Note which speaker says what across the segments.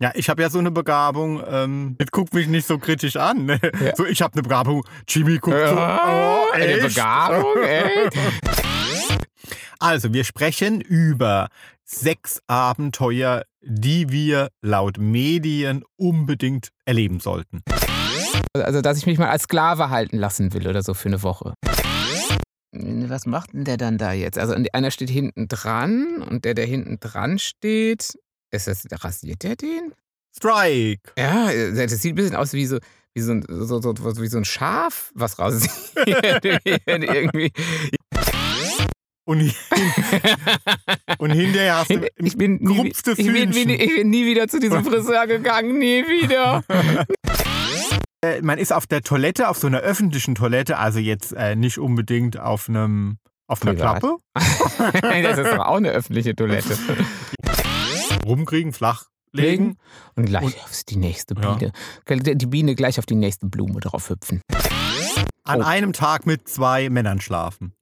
Speaker 1: Ja, ich habe ja so eine Begabung, ähm, jetzt guck mich nicht so kritisch an. Ne?
Speaker 2: Ja.
Speaker 1: So, ich habe eine Begabung, Jimmy guckt so. Oh,
Speaker 2: eine
Speaker 1: echt?
Speaker 2: Begabung, ey.
Speaker 1: Also, wir sprechen über sechs Abenteuer, die wir laut Medien unbedingt erleben sollten.
Speaker 2: Also, dass ich mich mal als Sklave halten lassen will oder so für eine Woche. Was macht denn der dann da jetzt? Also einer steht hinten dran und der, der hinten dran steht, ist das, rasiert der den?
Speaker 1: Strike!
Speaker 2: Ja, äh, das sieht ein bisschen aus wie so, wie so, ein, so, so, so, wie so ein Schaf, was rasiert. irgendwie.
Speaker 1: Und, hin- und hinterher hast du
Speaker 2: Ich bin, nie, ich,
Speaker 1: Krupftes
Speaker 2: bin, ich, bin,
Speaker 1: Hühnchen.
Speaker 2: ich bin nie wieder zu diesem Friseur gegangen, nie wieder.
Speaker 1: Äh, man ist auf der Toilette, auf so einer öffentlichen Toilette, also jetzt äh, nicht unbedingt auf einem auf einer
Speaker 2: Privat.
Speaker 1: Klappe.
Speaker 2: das ist doch auch eine öffentliche Toilette.
Speaker 1: Rumkriegen, flach legen.
Speaker 2: Legen und gleich
Speaker 1: Und-
Speaker 2: auf die nächste
Speaker 1: Ja.
Speaker 2: Biene. Die Biene gleich auf die nächste Blume drauf hüpfen.
Speaker 1: An
Speaker 2: Oh.
Speaker 1: einem Tag mit zwei Männern schlafen.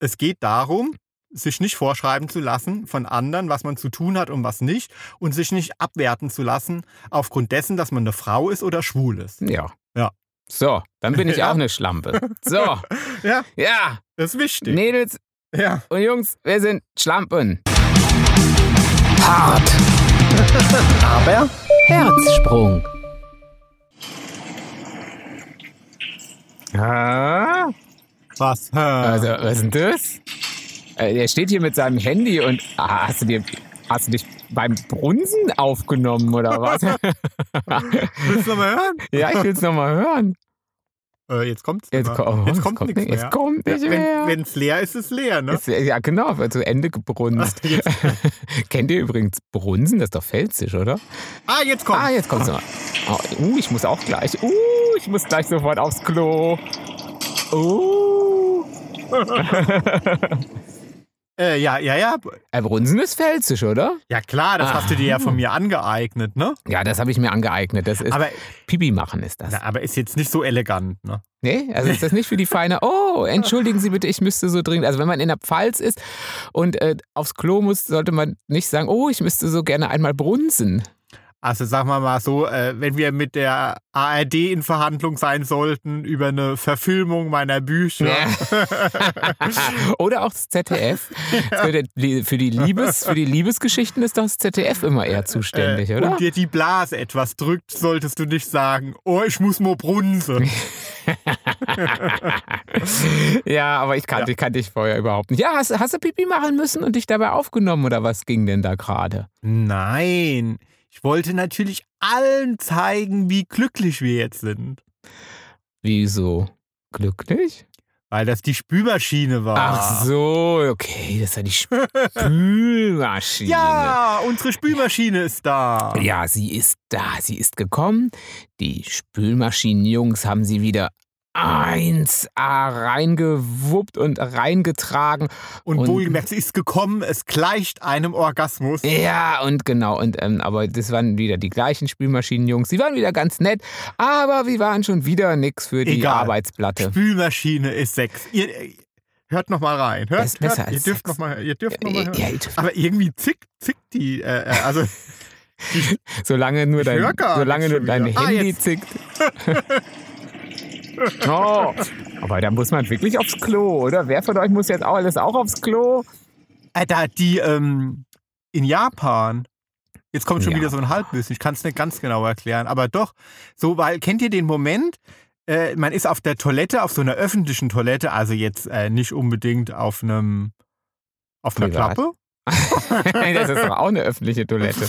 Speaker 1: Es geht darum, sich nicht vorschreiben zu lassen von anderen, was man zu tun hat und was nicht, und sich nicht abwerten zu lassen aufgrund dessen, dass man eine Frau ist oder schwul ist.
Speaker 2: Ja.
Speaker 1: Ja.
Speaker 2: So, dann bin ich
Speaker 1: Ja.
Speaker 2: auch eine Schlampe. So,
Speaker 1: Ja,
Speaker 2: ja,
Speaker 1: das ist wichtig.
Speaker 2: Mädels
Speaker 1: Ja.
Speaker 2: und Jungs, wir sind Schlampen.
Speaker 3: Hart.
Speaker 1: Aber
Speaker 2: Herzsprung. Ah,
Speaker 1: was? Äh,
Speaker 2: also, was ist denn das? Äh, Der steht hier mit seinem Handy und ah, hast, du dir, hast du dich beim Brunsen aufgenommen oder was?
Speaker 1: willst du noch mal hören?
Speaker 2: ja, ich will es nochmal hören.
Speaker 1: Äh, jetzt kommt's.
Speaker 2: Jetzt,
Speaker 1: nicht
Speaker 2: ko-
Speaker 1: mehr.
Speaker 2: oh,
Speaker 1: jetzt
Speaker 2: es
Speaker 1: kommt nichts
Speaker 2: nicht-
Speaker 1: mehr.
Speaker 2: Jetzt kommt nicht mehr.
Speaker 1: Wenn es leer ist, ist leer, ne?
Speaker 2: Ist, ja, genau, wird zu Ende gebrunst.
Speaker 1: Jetzt-
Speaker 2: Kennt ihr übrigens Brunsen? Das ist doch Pfälzisch, oder?
Speaker 1: Ah, jetzt kommt.
Speaker 2: Ah, jetzt kommt's nochmal. Oh, uh, ich muss auch gleich. Uh, ich muss gleich sofort aufs Klo. Uh.
Speaker 1: Äh, ja, ja, ja.
Speaker 2: Äh, Brunsen ist Pfälzisch, oder?
Speaker 1: Ja, klar, das
Speaker 2: Ah.
Speaker 1: hast du dir ja von mir angeeignet, ne?
Speaker 2: Ja, das habe ich mir angeeignet. Das ist
Speaker 1: Aber,
Speaker 2: Pipi machen ist das.
Speaker 1: na, aber ist jetzt nicht so elegant, ne?
Speaker 2: Nee, also ist das nicht für die feine. Oh, entschuldigen Sie bitte, ich müsste so dringend. Also wenn man in der Pfalz ist und äh, aufs Klo muss, sollte man nicht sagen, oh, ich müsste so gerne einmal brunsen.
Speaker 1: Also sagen wir mal so, äh, wenn wir mit der ARD in Verhandlung sein sollten über eine Verfilmung meiner Bücher. äh,
Speaker 2: Oder auch das ZDF. Für die, für, die Liebes, für die Liebesgeschichten ist doch das ZDF immer eher zuständig,
Speaker 1: äh,
Speaker 2: oder?
Speaker 1: Und dir die Blase etwas drückt, solltest du nicht sagen, oh, ich muss nur brunzen.
Speaker 2: ja, aber ich kannte, ich kannte dich vorher überhaupt nicht. Ja, hast, hast du Pipi machen müssen und dich dabei aufgenommen oder was ging denn da gerade?
Speaker 1: Nein, ich wollte natürlich allen zeigen, wie glücklich wir jetzt sind.
Speaker 2: Wieso? Glücklich?
Speaker 1: Weil das die Spülmaschine war.
Speaker 2: Ach so, okay, das ist ja die Spülmaschine.
Speaker 1: Ja, unsere Spülmaschine ist da.
Speaker 2: Ja, sie ist da, sie ist gekommen. Die Spülmaschinenjungs haben sie wieder 1A reingewuppt und reingetragen.
Speaker 1: Und,
Speaker 2: Und-
Speaker 1: wohlgemerkt, sie ist gekommen, es gleicht einem Orgasmus.
Speaker 2: Ja, und genau, und ähm, aber das waren wieder die gleichen Spülmaschinenjungs. Sie waren wieder ganz nett, aber wir waren schon wieder nix für die
Speaker 1: Egal.
Speaker 2: Arbeitsplatte.
Speaker 1: Spülmaschine ist Sex. Ihr, äh, hört noch mal rein. Hört,
Speaker 2: Das ist besser
Speaker 1: hört, ihr
Speaker 2: als
Speaker 1: dürft
Speaker 2: Sex.
Speaker 1: noch mal, ihr dürft noch mal hören.
Speaker 2: Ja, ich-
Speaker 1: Aber irgendwie zickt, zickt die, äh, äh, also
Speaker 2: solange nur
Speaker 1: Ich
Speaker 2: dein,
Speaker 1: hör gar
Speaker 2: solange
Speaker 1: nicht
Speaker 2: nur
Speaker 1: schon
Speaker 2: dein
Speaker 1: wieder. Ah,
Speaker 2: Handy
Speaker 1: jetzt.
Speaker 2: zickt. oh, aber da muss man wirklich aufs Klo, oder? Wer von euch muss jetzt auch alles auch aufs Klo?
Speaker 1: äh, da die ähm, in Japan. Jetzt kommt schon
Speaker 2: Ja.
Speaker 1: wieder so ein Halbwissen. Ich kann es nicht ganz genau erklären, aber doch. So, weil kennt ihr den Moment? Äh, man ist auf der Toilette, auf so einer öffentlichen Toilette, also jetzt äh, nicht unbedingt auf einem auf einer
Speaker 2: Privat.
Speaker 1: Klappe.
Speaker 2: das ist doch auch eine öffentliche Toilette.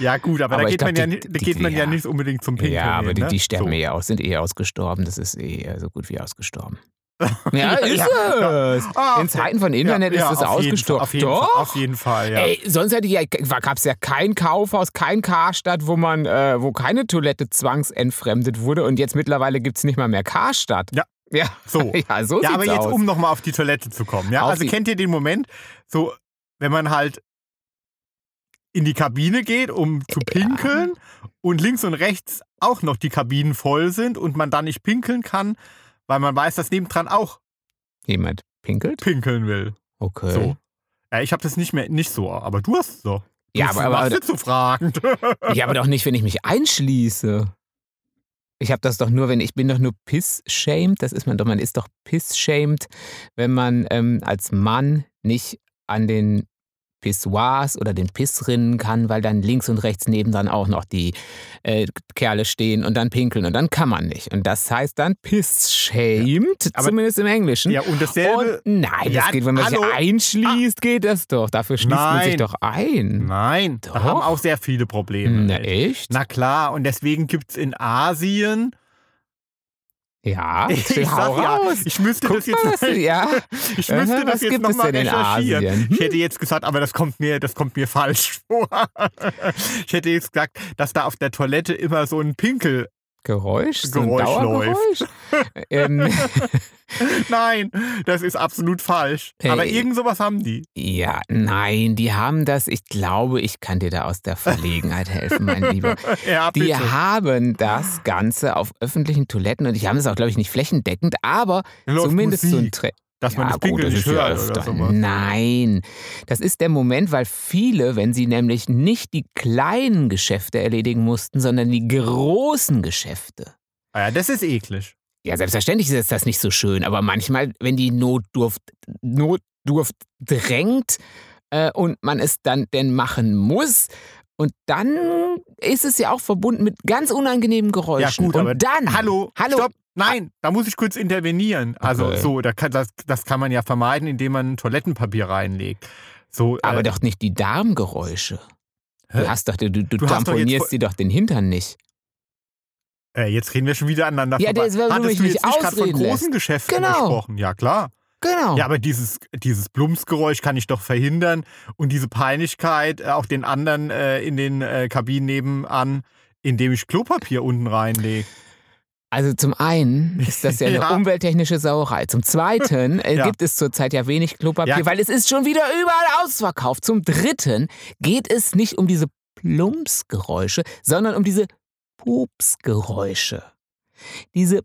Speaker 1: Ja gut, aber,
Speaker 2: Aber
Speaker 1: da
Speaker 2: ich
Speaker 1: geht
Speaker 2: glaub,
Speaker 1: man ja,
Speaker 2: die-
Speaker 1: nicht- da
Speaker 2: die-
Speaker 1: geht man ja.
Speaker 2: ja.
Speaker 1: nicht unbedingt zum Pinkeln.
Speaker 2: ja, aber
Speaker 1: hin,
Speaker 2: die,
Speaker 1: ne?
Speaker 2: die sterben
Speaker 1: so.
Speaker 2: eh aus, sind eh ausgestorben. Das ist eh so gut wie ausgestorben. Ja, ist
Speaker 1: ja.
Speaker 2: es.
Speaker 1: Ah,
Speaker 2: In Zeiten von Internet
Speaker 1: ja,
Speaker 2: ist es
Speaker 1: auf jeden Fall,
Speaker 2: ausgestorben.
Speaker 1: Auf jeden,
Speaker 2: Doch.
Speaker 1: Fall, auf jeden Fall, ja.
Speaker 2: Ey, sonst hätte ich ja, gab es ja kein Kaufhaus, kein Karstadt, wo man, äh, wo keine Toilette zwangsentfremdet wurde und jetzt mittlerweile gibt es nicht mal mehr Karstadt.
Speaker 1: Ja.
Speaker 2: Ja,
Speaker 1: So.
Speaker 2: ja so
Speaker 1: ja,
Speaker 2: sieht's
Speaker 1: aber jetzt
Speaker 2: aus.
Speaker 1: um nochmal auf die Toilette zu kommen. Ja,
Speaker 2: Auf
Speaker 1: also
Speaker 2: die-
Speaker 1: kennt ihr den Moment, so wenn man halt in die Kabine geht, um zu pinkeln und links und rechts auch noch die Kabinen voll sind und man da nicht pinkeln kann, weil man weiß, dass nebendran auch
Speaker 2: Jemand pinkelt?
Speaker 1: pinkeln will.
Speaker 2: Okay.
Speaker 1: So. Ja, ich habe das nicht mehr, nicht so, aber du hast es so.
Speaker 2: Ja,
Speaker 1: Du
Speaker 2: aber, aber,
Speaker 1: machst
Speaker 2: aber,
Speaker 1: jetzt so fragend.
Speaker 2: ja, aber doch nicht, wenn ich mich einschließe. Ich habe das doch nur, wenn ich bin doch nur piss-shamed. Das ist man doch. Man ist doch piss-shamed, wenn man ähm, als Mann nicht an den Pissoirs oder den Pissrinnen kann, weil dann links und rechts nebendran auch noch die äh, Kerle stehen und dann pinkeln und dann kann man nicht. Und das heißt dann piss-shamed,
Speaker 1: aber-
Speaker 2: zumindest im Englischen.
Speaker 1: Ja, und dasselbe.
Speaker 2: Und nein, das
Speaker 1: Ja,
Speaker 2: geht, wenn man
Speaker 1: hallo. Ah.
Speaker 2: sich einschließt, geht das doch. Dafür schließt man sich
Speaker 1: Nein.
Speaker 2: doch ein.
Speaker 1: Nein, da
Speaker 2: Doch.
Speaker 1: haben auch sehr viele Probleme.
Speaker 2: Na echt?
Speaker 1: Na klar, und deswegen gibt es in Asien.
Speaker 2: ja, ich
Speaker 1: sag
Speaker 2: hau
Speaker 1: ja,
Speaker 2: raus.
Speaker 1: ich müsste
Speaker 2: Guck
Speaker 1: das jetzt
Speaker 2: mal, was, ja.
Speaker 1: Ich müsste
Speaker 2: Äh,
Speaker 1: das
Speaker 2: was
Speaker 1: jetzt
Speaker 2: gibt es
Speaker 1: nochmal
Speaker 2: denn in
Speaker 1: recherchieren.
Speaker 2: Asien? Hm?
Speaker 1: Ich hätte jetzt gesagt, aber das kommt mir, das kommt mir falsch vor. Ich hätte jetzt gesagt, dass da auf der Toilette immer so ein Pinkel.
Speaker 2: Geräusch, so ein
Speaker 1: Geräusch
Speaker 2: Dauergeräusch. ähm,
Speaker 1: Nein, das ist absolut falsch. Aber
Speaker 2: Ey.
Speaker 1: irgend sowas haben die.
Speaker 2: ja, nein, die haben das. Ich glaube, ich kann dir da aus der Verlegenheit helfen, mein Lieber.
Speaker 1: Ja,
Speaker 2: Die
Speaker 1: bitte.
Speaker 2: haben das Ganze auf öffentlichen Toiletten und die haben es auch, glaube ich, nicht flächendeckend, aber
Speaker 1: Da läuft
Speaker 2: zumindest so ein
Speaker 1: Musik,
Speaker 2: Tre
Speaker 1: dass man
Speaker 2: Ja,
Speaker 1: das Pinkel
Speaker 2: gut,
Speaker 1: nicht
Speaker 2: ist ja
Speaker 1: hört oder
Speaker 2: öfter.
Speaker 1: sowas.
Speaker 2: Nein, das ist der Moment, weil viele, wenn sie nämlich nicht die kleinen Geschäfte erledigen mussten, sondern die großen Geschäfte.
Speaker 1: Ah Ja, das ist eklig.
Speaker 2: Ja, selbstverständlich ist das nicht so schön, aber manchmal, wenn die Notdurft, Notdurft drängt äh, und man es dann denn machen muss, und dann ist es ja auch verbunden mit ganz unangenehmen Geräuschen.
Speaker 1: gut,
Speaker 2: und
Speaker 1: aber-
Speaker 2: dann,
Speaker 1: Hallo,
Speaker 2: hallo,
Speaker 1: stopp. Nein, da muss ich kurz intervenieren. Also
Speaker 2: Okay.
Speaker 1: so, da kann, das, das kann man ja vermeiden, indem man Toilettenpapier reinlegt. So, äh,
Speaker 2: aber doch nicht die Darmgeräusche.
Speaker 1: Hä?
Speaker 2: Du hast doch, du, du, du
Speaker 1: Du hast doch jetzt
Speaker 2: tamponierst
Speaker 1: vor-
Speaker 2: dir doch den Hintern nicht.
Speaker 1: Äh, jetzt reden wir schon wieder aneinander
Speaker 2: Ja,
Speaker 1: vorbei.
Speaker 2: das, weil du
Speaker 1: Hattest
Speaker 2: mich
Speaker 1: du
Speaker 2: nicht
Speaker 1: jetzt nicht gerade von
Speaker 2: ausreden
Speaker 1: großen
Speaker 2: lässt.
Speaker 1: Geschäften
Speaker 2: Genau.
Speaker 1: gesprochen? Ja, klar.
Speaker 2: Genau.
Speaker 1: Ja, aber dieses, dieses Plumpsgeräusch kann ich doch verhindern und diese Peinlichkeit äh, auch den anderen äh, in den äh, Kabinen nebenan, indem ich Klopapier unten reinlege.
Speaker 2: Also zum einen ist das ja eine
Speaker 1: Ja.
Speaker 2: umwelttechnische Sauerei. Zum zweiten äh,
Speaker 1: Ja.
Speaker 2: gibt es zurzeit ja wenig Klopapier,
Speaker 1: Ja.
Speaker 2: weil es ist schon wieder überall ausverkauft. Zum dritten geht es nicht um diese Plumpsgeräusche, sondern um diese Pupsgeräusche. Diese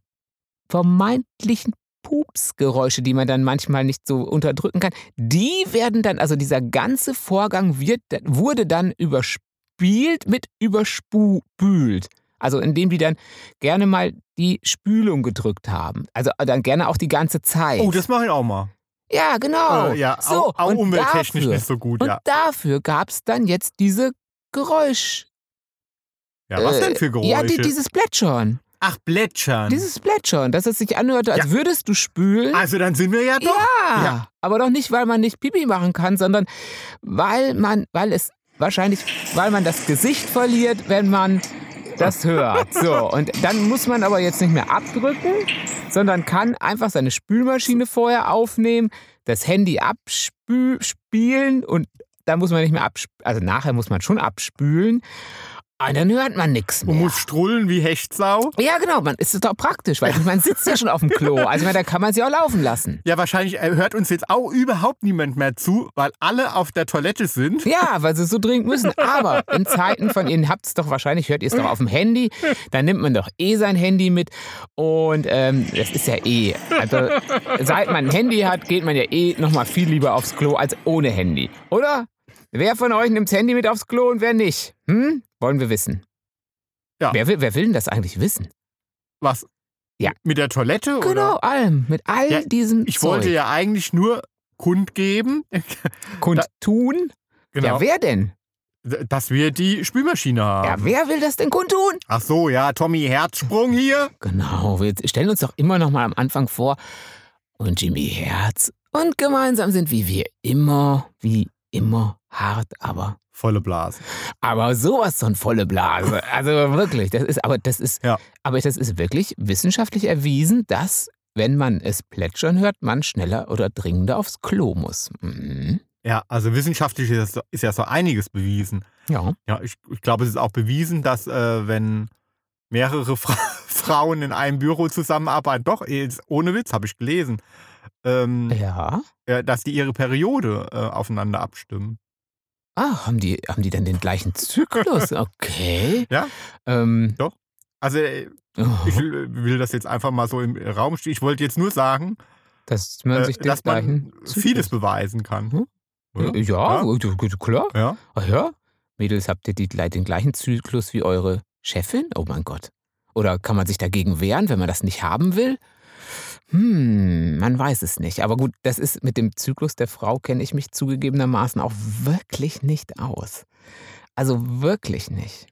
Speaker 2: vermeintlichen Pupsgeräusche, die man dann manchmal nicht so unterdrücken kann, die werden dann, also dieser ganze Vorgang wird, wurde dann überspielt mit überspült. Also indem die dann gerne mal die Spülung gedrückt haben. Also dann gerne auch die ganze Zeit.
Speaker 1: Oh, das mache ich auch mal.
Speaker 2: ja, genau.
Speaker 1: äh, ja,
Speaker 2: so,
Speaker 1: auch, auch
Speaker 2: und
Speaker 1: umwelttechnisch
Speaker 2: dafür,
Speaker 1: nicht so gut.
Speaker 2: Und
Speaker 1: Ja.
Speaker 2: dafür gab es dann jetzt diese Geräusch.
Speaker 1: ja, was
Speaker 2: äh,
Speaker 1: denn für Geräusche?
Speaker 2: Ja, die, dieses Plätschern.
Speaker 1: Ach, Plätschern.
Speaker 2: Dieses Plätschern, dass es sich anhörte, als
Speaker 1: Ja.
Speaker 2: würdest du spülen.
Speaker 1: also dann sind wir ja doch.
Speaker 2: Ja,
Speaker 1: Ja.
Speaker 2: aber doch nicht, weil man nicht Pipi machen kann, sondern weil man, weil es wahrscheinlich, weil man das Gesicht verliert, wenn man das hört. So, und dann muss man aber jetzt nicht mehr abdrücken, sondern kann einfach seine Spülmaschine vorher aufnehmen, das Handy abspielen und dann muss man nicht mehr abspülen, also nachher muss man schon abspülen, und dann hört man nichts mehr.
Speaker 1: Und muss strullen wie Hechtsau.
Speaker 2: ja, genau, man ist doch praktisch, weil ich meine, man sitzt ja schon auf dem Klo. Also, ich meine, da kann man sie auch laufen lassen.
Speaker 1: Ja, wahrscheinlich äh, hört uns jetzt auch überhaupt niemand mehr zu, weil alle auf der Toilette sind.
Speaker 2: Ja, weil sie so dringend müssen. Aber in Zeiten von Ihnen habt es doch wahrscheinlich, hört ihr es doch auf dem Handy. Dann nimmt man doch eh sein Handy mit. Und ähm, das ist ja eh. Also seit man ein Handy hat, geht man ja eh nochmal viel lieber aufs Klo als ohne Handy. Oder? Wer von euch nimmt das Handy mit aufs Klo und wer nicht? Hm? Wollen wir wissen.
Speaker 1: Ja.
Speaker 2: Wer, will, wer will denn das eigentlich wissen?
Speaker 1: Was?
Speaker 2: Ja.
Speaker 1: Mit der Toilette? Oder?
Speaker 2: Genau, allem. Mit all
Speaker 1: Ja,
Speaker 2: diesem
Speaker 1: Ich
Speaker 2: Zeug.
Speaker 1: wollte ja eigentlich nur kundgeben,
Speaker 2: Kundtun?
Speaker 1: genau,
Speaker 2: Ja, wer denn?
Speaker 1: dass wir die Spülmaschine
Speaker 2: Ja,
Speaker 1: haben.
Speaker 2: wer will das denn kundtun?
Speaker 1: Ach so, ja, Tommy Herzsprung hier.
Speaker 2: Genau, wir stellen uns doch immer noch mal am Anfang vor. Und Jimmy Herz. Und gemeinsam sind wie wir immer, wie immer hart, aber.
Speaker 1: Volle Blase.
Speaker 2: Aber sowas von volle Blase. Also wirklich, das ist, aber das ist,
Speaker 1: Ja.
Speaker 2: aber das ist wirklich wissenschaftlich erwiesen, dass, wenn man es plätschern hört, man schneller oder dringender aufs Klo muss. Mhm.
Speaker 1: Ja, also wissenschaftlich ist, ist ja so einiges bewiesen.
Speaker 2: Ja.
Speaker 1: Ja, ich, ich glaube, es ist auch bewiesen, dass äh, wenn mehrere Fra Frauen in einem Büro zusammenarbeiten, doch, jetzt, ohne Witz, habe ich gelesen, ähm,
Speaker 2: Ja.
Speaker 1: äh, dass die ihre Periode äh, aufeinander abstimmen.
Speaker 2: Ah, haben die, haben die dann den gleichen Zyklus? Okay.
Speaker 1: Ja.
Speaker 2: Ähm, oh,
Speaker 1: Also äh, ich will will das jetzt einfach mal so im Raum stehen. Ich wollte jetzt nur sagen,
Speaker 2: dass man
Speaker 1: äh,
Speaker 2: sich den
Speaker 1: dass man
Speaker 2: gleichen Zyklus-
Speaker 1: vieles beweisen kann.
Speaker 2: Hm?
Speaker 1: Oder?
Speaker 2: Ja, gut, gut, klar.
Speaker 1: Ja.
Speaker 2: Ah ja, Mädels, habt ihr die, gleich- den gleichen Zyklus wie eure Chefin? Oh mein Gott. Oder kann man sich dagegen wehren, wenn man das nicht haben will? Hm, man weiß es nicht. Aber gut, das ist mit dem Zyklus der Frau kenne ich mich zugegebenermaßen auch wirklich nicht aus. Also wirklich nicht.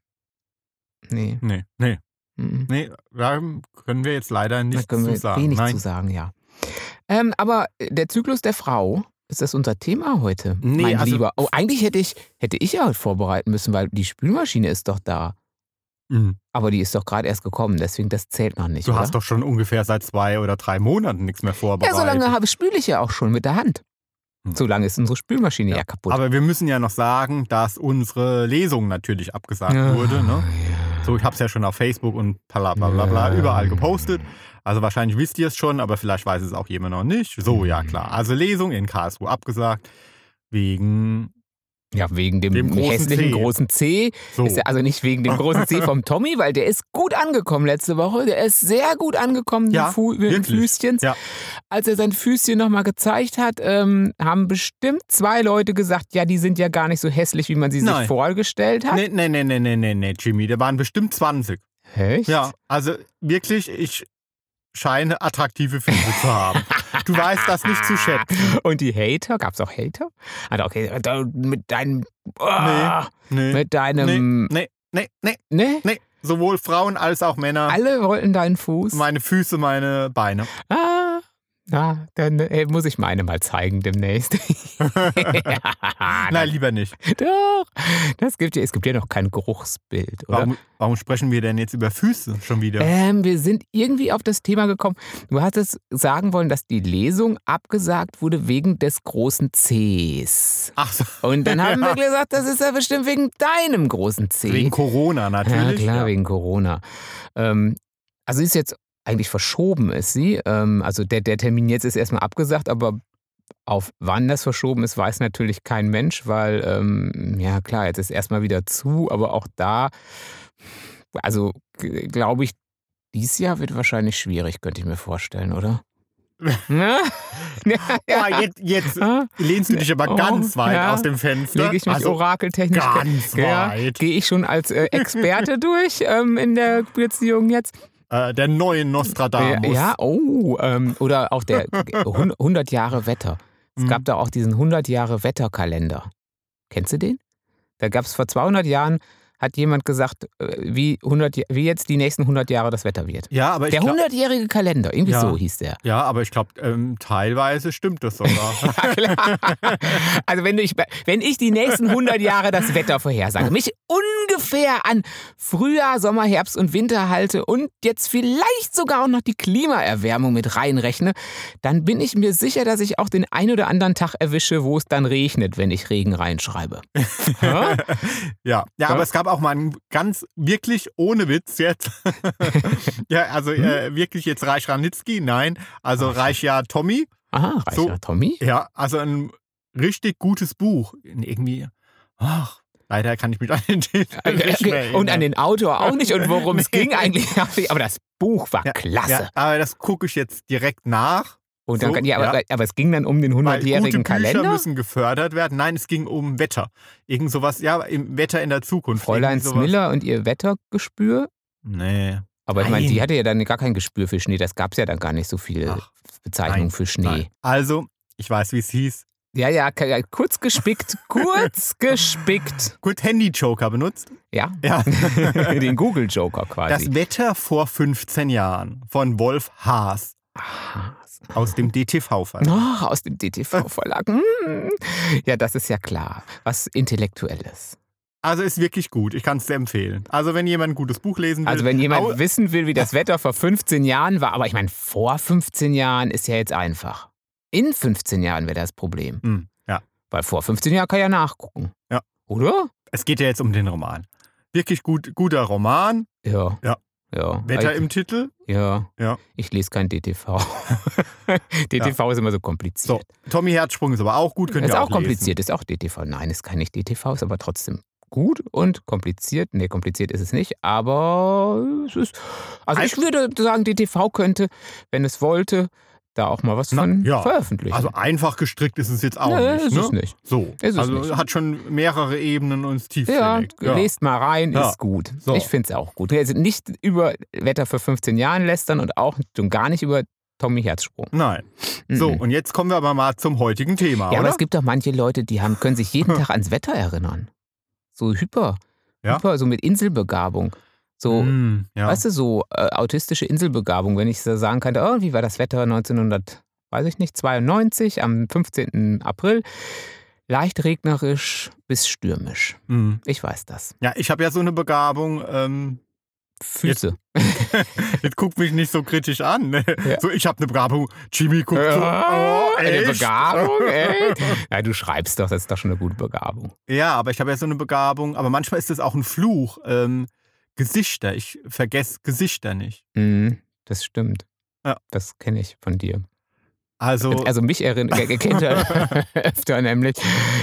Speaker 2: Nee.
Speaker 1: Nee, nee,
Speaker 2: mhm.
Speaker 1: nee, da können wir jetzt leider
Speaker 2: Da
Speaker 1: nichts
Speaker 2: können wir
Speaker 1: zu sagen.
Speaker 2: wenig
Speaker 1: Nein.
Speaker 2: zu sagen, ja. Ähm, aber der Zyklus der Frau, ist das unser Thema heute?
Speaker 1: Nee,
Speaker 2: mein
Speaker 1: also-
Speaker 2: Lieber. Oh, eigentlich hätte ich, hätte ich ja heute vorbereiten müssen, weil die Spülmaschine ist doch da.
Speaker 1: Mhm.
Speaker 2: Aber die ist doch gerade erst gekommen, deswegen das zählt noch nicht.
Speaker 1: Du
Speaker 2: oder?
Speaker 1: hast doch schon ungefähr seit zwei oder drei Monaten nichts mehr
Speaker 2: ja,
Speaker 1: vorbereitet.
Speaker 2: so lange habe, spüle ich ja auch schon mit der Hand.
Speaker 1: Hm.
Speaker 2: So lange ist unsere Spülmaschine ja,
Speaker 1: Ja,
Speaker 2: kaputt.
Speaker 1: Aber wir müssen ja noch sagen, dass unsere Lesung natürlich abgesagt
Speaker 2: Ja.
Speaker 1: wurde. Ne?
Speaker 2: Ah, Ja.
Speaker 1: So, ich habe es ja schon auf Facebook und bla bla bla, bla
Speaker 2: Ja.
Speaker 1: überall gepostet. Also wahrscheinlich wisst ihr es schon, aber vielleicht weiß es auch jemand noch nicht. So,
Speaker 2: Mhm.
Speaker 1: ja klar. Also Lesung in Karlsruhe abgesagt. Wegen
Speaker 2: Ja, wegen dem,
Speaker 1: Dem großen
Speaker 2: hässlichen
Speaker 1: C.
Speaker 2: großen C.
Speaker 1: so.
Speaker 2: Ist ja also nicht wegen dem großen C vom Tommy, weil der ist gut angekommen letzte Woche. Der ist sehr gut angekommen
Speaker 1: Ja,
Speaker 2: mit, Fu mit den
Speaker 1: wirklich.
Speaker 2: Füßchen.
Speaker 1: Ja.
Speaker 2: Als er sein Füßchen nochmal gezeigt hat, ähm, haben bestimmt zwei Leute gesagt, ja, die sind ja gar nicht so hässlich, wie man sie sich
Speaker 1: Nein.
Speaker 2: vorgestellt hat.
Speaker 1: Nee, nee, nee, nee, nee, nee, nee, Jimmy. Da waren bestimmt 20.
Speaker 2: Echt?
Speaker 1: Ja, also wirklich, ich scheine attraktive Füße zu haben. Du weißt das nicht zu schätzen.
Speaker 2: Ah. Und die Hater, gab es auch Hater? Also, okay, da- mit deinem. Ah,
Speaker 1: Nee.
Speaker 2: Mit deinem.
Speaker 1: Nee, nee, nee,
Speaker 2: Ne?
Speaker 1: nee. Sowohl Frauen als auch Männer.
Speaker 2: Alle wollten deinen Fuß.
Speaker 1: meine Füße, meine Beine.
Speaker 2: Ah, na, dann äh, muss ich meine mal zeigen demnächst.
Speaker 1: Nein, lieber nicht.
Speaker 2: Doch, das gibt ja, es gibt ja noch kein Geruchsbild, oder?
Speaker 1: Warum, warum sprechen wir denn jetzt über Füße schon wieder?
Speaker 2: Ähm, wir sind irgendwie auf das Thema gekommen. Du hattest sagen wollen, dass die Lesung abgesagt wurde wegen des großen Cs.
Speaker 1: Ach so,
Speaker 2: Und dann haben wir
Speaker 1: Ja.
Speaker 2: gesagt, das ist ja bestimmt wegen deinem großen C.
Speaker 1: wegen Corona natürlich.
Speaker 2: Ja, klar,
Speaker 1: Ja.
Speaker 2: wegen Corona. Ähm, also sie ist jetzt eigentlich verschoben, ist sie. Ähm, also der, der Termin jetzt ist erstmal abgesagt, aber auf wann das verschoben ist, weiß natürlich kein Mensch, weil, ähm, ja klar, jetzt ist erstmal wieder zu, aber auch da, also g- glaube ich, dieses Jahr wird wahrscheinlich schwierig, könnte ich mir vorstellen, oder? Ne? ja,
Speaker 1: Oh Boah, jetzt, jetzt lehnst du dich aber
Speaker 2: Oh,
Speaker 1: ganz weit
Speaker 2: ja.
Speaker 1: aus dem Fenster.
Speaker 2: lege ich mich
Speaker 1: also
Speaker 2: orakeltechnisch
Speaker 1: ganz
Speaker 2: Ja,
Speaker 1: weit.
Speaker 2: gehe ich schon als äh, Experte durch ähm, in der Beziehung jetzt.
Speaker 1: Äh, der neue Nostradamus.
Speaker 2: Äh, ja, oh, ähm, oder auch der hun- 100 Jahre Wetter. Es
Speaker 1: Mhm.
Speaker 2: gab da auch diesen 100 Jahre Wetterkalender. Kennst du den? Da gab es vor 200 Jahren, hat jemand gesagt, äh, wie, 100, Ja- wie jetzt die nächsten 100 Jahre das Wetter wird.
Speaker 1: Ja, aber ich
Speaker 2: Der
Speaker 1: glaube,
Speaker 2: 100-jährige Kalender, irgendwie
Speaker 1: Ja.
Speaker 2: so hieß der.
Speaker 1: ja, aber ich glaub, ähm, teilweise stimmt das sogar.
Speaker 2: Ja, klar. Also wenn ich, wenn ich die nächsten 100 Jahre das Wetter vorhersage, mich ungefähr an Frühjahr, Sommer, Herbst und Winter halte und jetzt vielleicht sogar auch noch die Klimaerwärmung mit reinrechne, dann bin ich mir sicher, dass ich auch den ein oder anderen Tag erwische, wo es dann regnet, wenn ich Regen reinschreibe. Hä?
Speaker 1: ja. ja,
Speaker 2: Ja.
Speaker 1: aber es gab auch mal einen ganz, wirklich ohne Witz jetzt. ja, also äh, wirklich jetzt Reich Ranitzky, nein. Also
Speaker 2: Hm? Ach.
Speaker 1: Reich ja Tommy.
Speaker 2: Aha, reicher
Speaker 1: So.
Speaker 2: Tommy.
Speaker 1: Ja, also ein richtig gutes Buch. Irgendwie, ach, leider kann ich mich an den Titel nicht mehr erinnern.
Speaker 2: Äh, Und an den Autor auch nicht und worum es
Speaker 1: Nee.
Speaker 2: ging eigentlich. hab ich- Aber das Buch war klasse.
Speaker 1: Ja, aber das gucke ich jetzt direkt nach.
Speaker 2: und dann,
Speaker 1: so,
Speaker 2: ja, aber,
Speaker 1: ja.
Speaker 2: aber es ging dann um den
Speaker 1: Weil gute
Speaker 2: 100-jährigen
Speaker 1: Bücher
Speaker 2: Kalender.
Speaker 1: müssen gefördert werden. Nein, es ging um Wetter. Irgend sowas, ja, im Wetter in der Zukunft.
Speaker 2: Fräulein
Speaker 1: Irgendwie sowas.
Speaker 2: Smiller und ihr Wettergespür.
Speaker 1: Nee.
Speaker 2: Aber ich meine, die
Speaker 1: Nein.
Speaker 2: hatte ja dann gar kein Gespür für Schnee. Das gab es ja dann gar nicht so viele
Speaker 1: Ach,
Speaker 2: Bezeichnungen
Speaker 1: nein,
Speaker 2: für Schnee.
Speaker 1: Nein. Also, ich weiß, wie es hieß.
Speaker 2: Ja, ja, k- ja, kurz gespickt. kurz gespickt.
Speaker 1: Gut, Handy-Joker benutzt.
Speaker 2: Ja.
Speaker 1: Ja.
Speaker 2: Den Google-Joker quasi.
Speaker 1: Das Wetter vor 15 Jahren von Wolf Haas
Speaker 2: Ah,
Speaker 1: aus dem DTV-Verlag.
Speaker 2: Noch Ah, oh, aus dem DTV-Verlag. Hm. Ja, das ist ja klar. Was Intellektuelles.
Speaker 1: Also ist wirklich gut. Ich kann es sehr empfehlen. Also, wenn jemand ein gutes Buch lesen will.
Speaker 2: Also, wenn jemand
Speaker 1: Au-
Speaker 2: wissen will, wie das Wetter vor 15 Jahren war, aber ich meine, vor 15 Jahren ist ja jetzt einfach. In 15 Jahren wäre das Problem.
Speaker 1: Hm, ja.
Speaker 2: Weil vor 15 Jahren kann ich ja nachgucken.
Speaker 1: Ja.
Speaker 2: Oder?
Speaker 1: Es geht ja jetzt um den Roman. Wirklich gut, guter Roman.
Speaker 2: Ja.
Speaker 1: Ja.
Speaker 2: Ja.
Speaker 1: Wetter
Speaker 2: ich,
Speaker 1: im Titel.
Speaker 2: ja.
Speaker 1: Ja.
Speaker 2: Ich lese kein DTV. DTV ist immer so
Speaker 1: So,
Speaker 2: kompliziert.
Speaker 1: Tommy Herzsprung ist aber auch gut. Könnt
Speaker 2: ist
Speaker 1: ihr
Speaker 2: auch,
Speaker 1: auch
Speaker 2: kompliziert, ist auch DTV. Nein, ist kein nicht DTV, ist aber trotzdem gut und kompliziert. Nee, kompliziert ist es nicht, aber es ist. Also ich würde sagen, DTV könnte, wenn es wollte, da auch mal was
Speaker 1: Na,
Speaker 2: von
Speaker 1: ja.
Speaker 2: veröffentlichen.
Speaker 1: Also einfach gestrickt ist es jetzt auch
Speaker 2: Nö,
Speaker 1: nicht.
Speaker 2: ist
Speaker 1: ne?
Speaker 2: es nicht.
Speaker 1: So.
Speaker 2: Ist es
Speaker 1: also
Speaker 2: nicht.
Speaker 1: hat schon mehrere Ebenen und ist
Speaker 2: Ja,
Speaker 1: tiefsinnig.
Speaker 2: lest mal rein,
Speaker 1: Ja.
Speaker 2: ist gut.
Speaker 1: So.
Speaker 2: Ich finde es auch gut. Also nicht über Wetter vor 15 Jahren lästern und auch schon gar nicht über Tommy Herzsprung.
Speaker 1: Nein. So,
Speaker 2: Mhm.
Speaker 1: und jetzt kommen wir aber mal zum heutigen Thema,
Speaker 2: Ja, aber
Speaker 1: oder?
Speaker 2: es gibt doch manche Leute, die haben, können sich jeden Tag ans Wetter erinnern. So hyper.
Speaker 1: Ja.
Speaker 2: Hyper, so mit Inselbegabung. So,
Speaker 1: Hm, ja.
Speaker 2: weißt du, so äh, autistische Inselbegabung, wenn ich so sagen könnte, oh, wie war das Wetter 1900, weiß ich nicht, 92 am 15. April. Leicht regnerisch bis stürmisch.
Speaker 1: Hm.
Speaker 2: Ich weiß das.
Speaker 1: Ja, ich habe ja so eine Begabung. Ähm,
Speaker 2: Füße.
Speaker 1: jetzt guckt mich nicht so kritisch an. ne?
Speaker 2: Ja.
Speaker 1: So, ich habe eine Begabung. Jimmy guckt
Speaker 2: Ja,
Speaker 1: so. Oh,
Speaker 2: eine
Speaker 1: echt?
Speaker 2: Begabung, ey. Ja, du schreibst doch, das ist doch schon eine gute Begabung.
Speaker 1: Ja, aber ich habe ja so eine Begabung. Aber manchmal ist das auch ein Fluch. Ähm, Gesichter. Ich vergesse Gesichter nicht.
Speaker 2: Mhm, das stimmt.
Speaker 1: Ja.
Speaker 2: Das kenne ich von dir.
Speaker 1: Also,
Speaker 2: Also mich erinnert, kennt er öfter nämlich.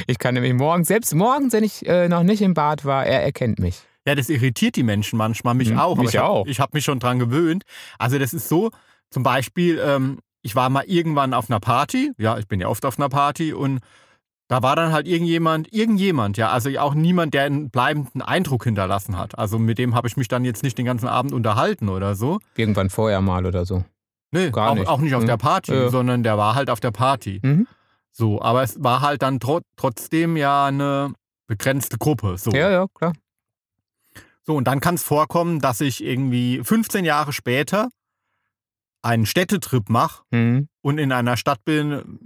Speaker 2: Ich kann nämlich morgen, selbst morgens, wenn ich äh, noch nicht im Bad war, er erkennt mich.
Speaker 1: ja, das irritiert die Menschen manchmal, mich
Speaker 2: Hm,
Speaker 1: auch. Aber
Speaker 2: mich
Speaker 1: ich hab-
Speaker 2: auch.
Speaker 1: Ich habe mich schon dran gewöhnt. Also, das ist so, zum Beispiel, ähm, ich war mal irgendwann auf einer Party. Ja, ich bin ja oft auf einer Party und da war dann halt irgendjemand, irgendjemand, ja, also auch niemand, der einen bleibenden Eindruck hinterlassen hat. Also mit dem habe ich mich dann jetzt nicht den ganzen Abend unterhalten oder so.
Speaker 2: Irgendwann vorher mal oder so.
Speaker 1: Nee,
Speaker 2: Gar
Speaker 1: auch,
Speaker 2: nicht.
Speaker 1: auch nicht auf
Speaker 2: Mhm.
Speaker 1: der Party,
Speaker 2: Ja.
Speaker 1: sondern der war halt auf der Party.
Speaker 2: Mhm.
Speaker 1: So, aber es war halt dann tro trotzdem ja eine begrenzte Gruppe. So.
Speaker 2: Ja, ja, klar.
Speaker 1: So, und dann kann es vorkommen, dass ich irgendwie 15 Jahre später einen Städtetrip mache
Speaker 2: Mhm.
Speaker 1: und in einer Stadt bin,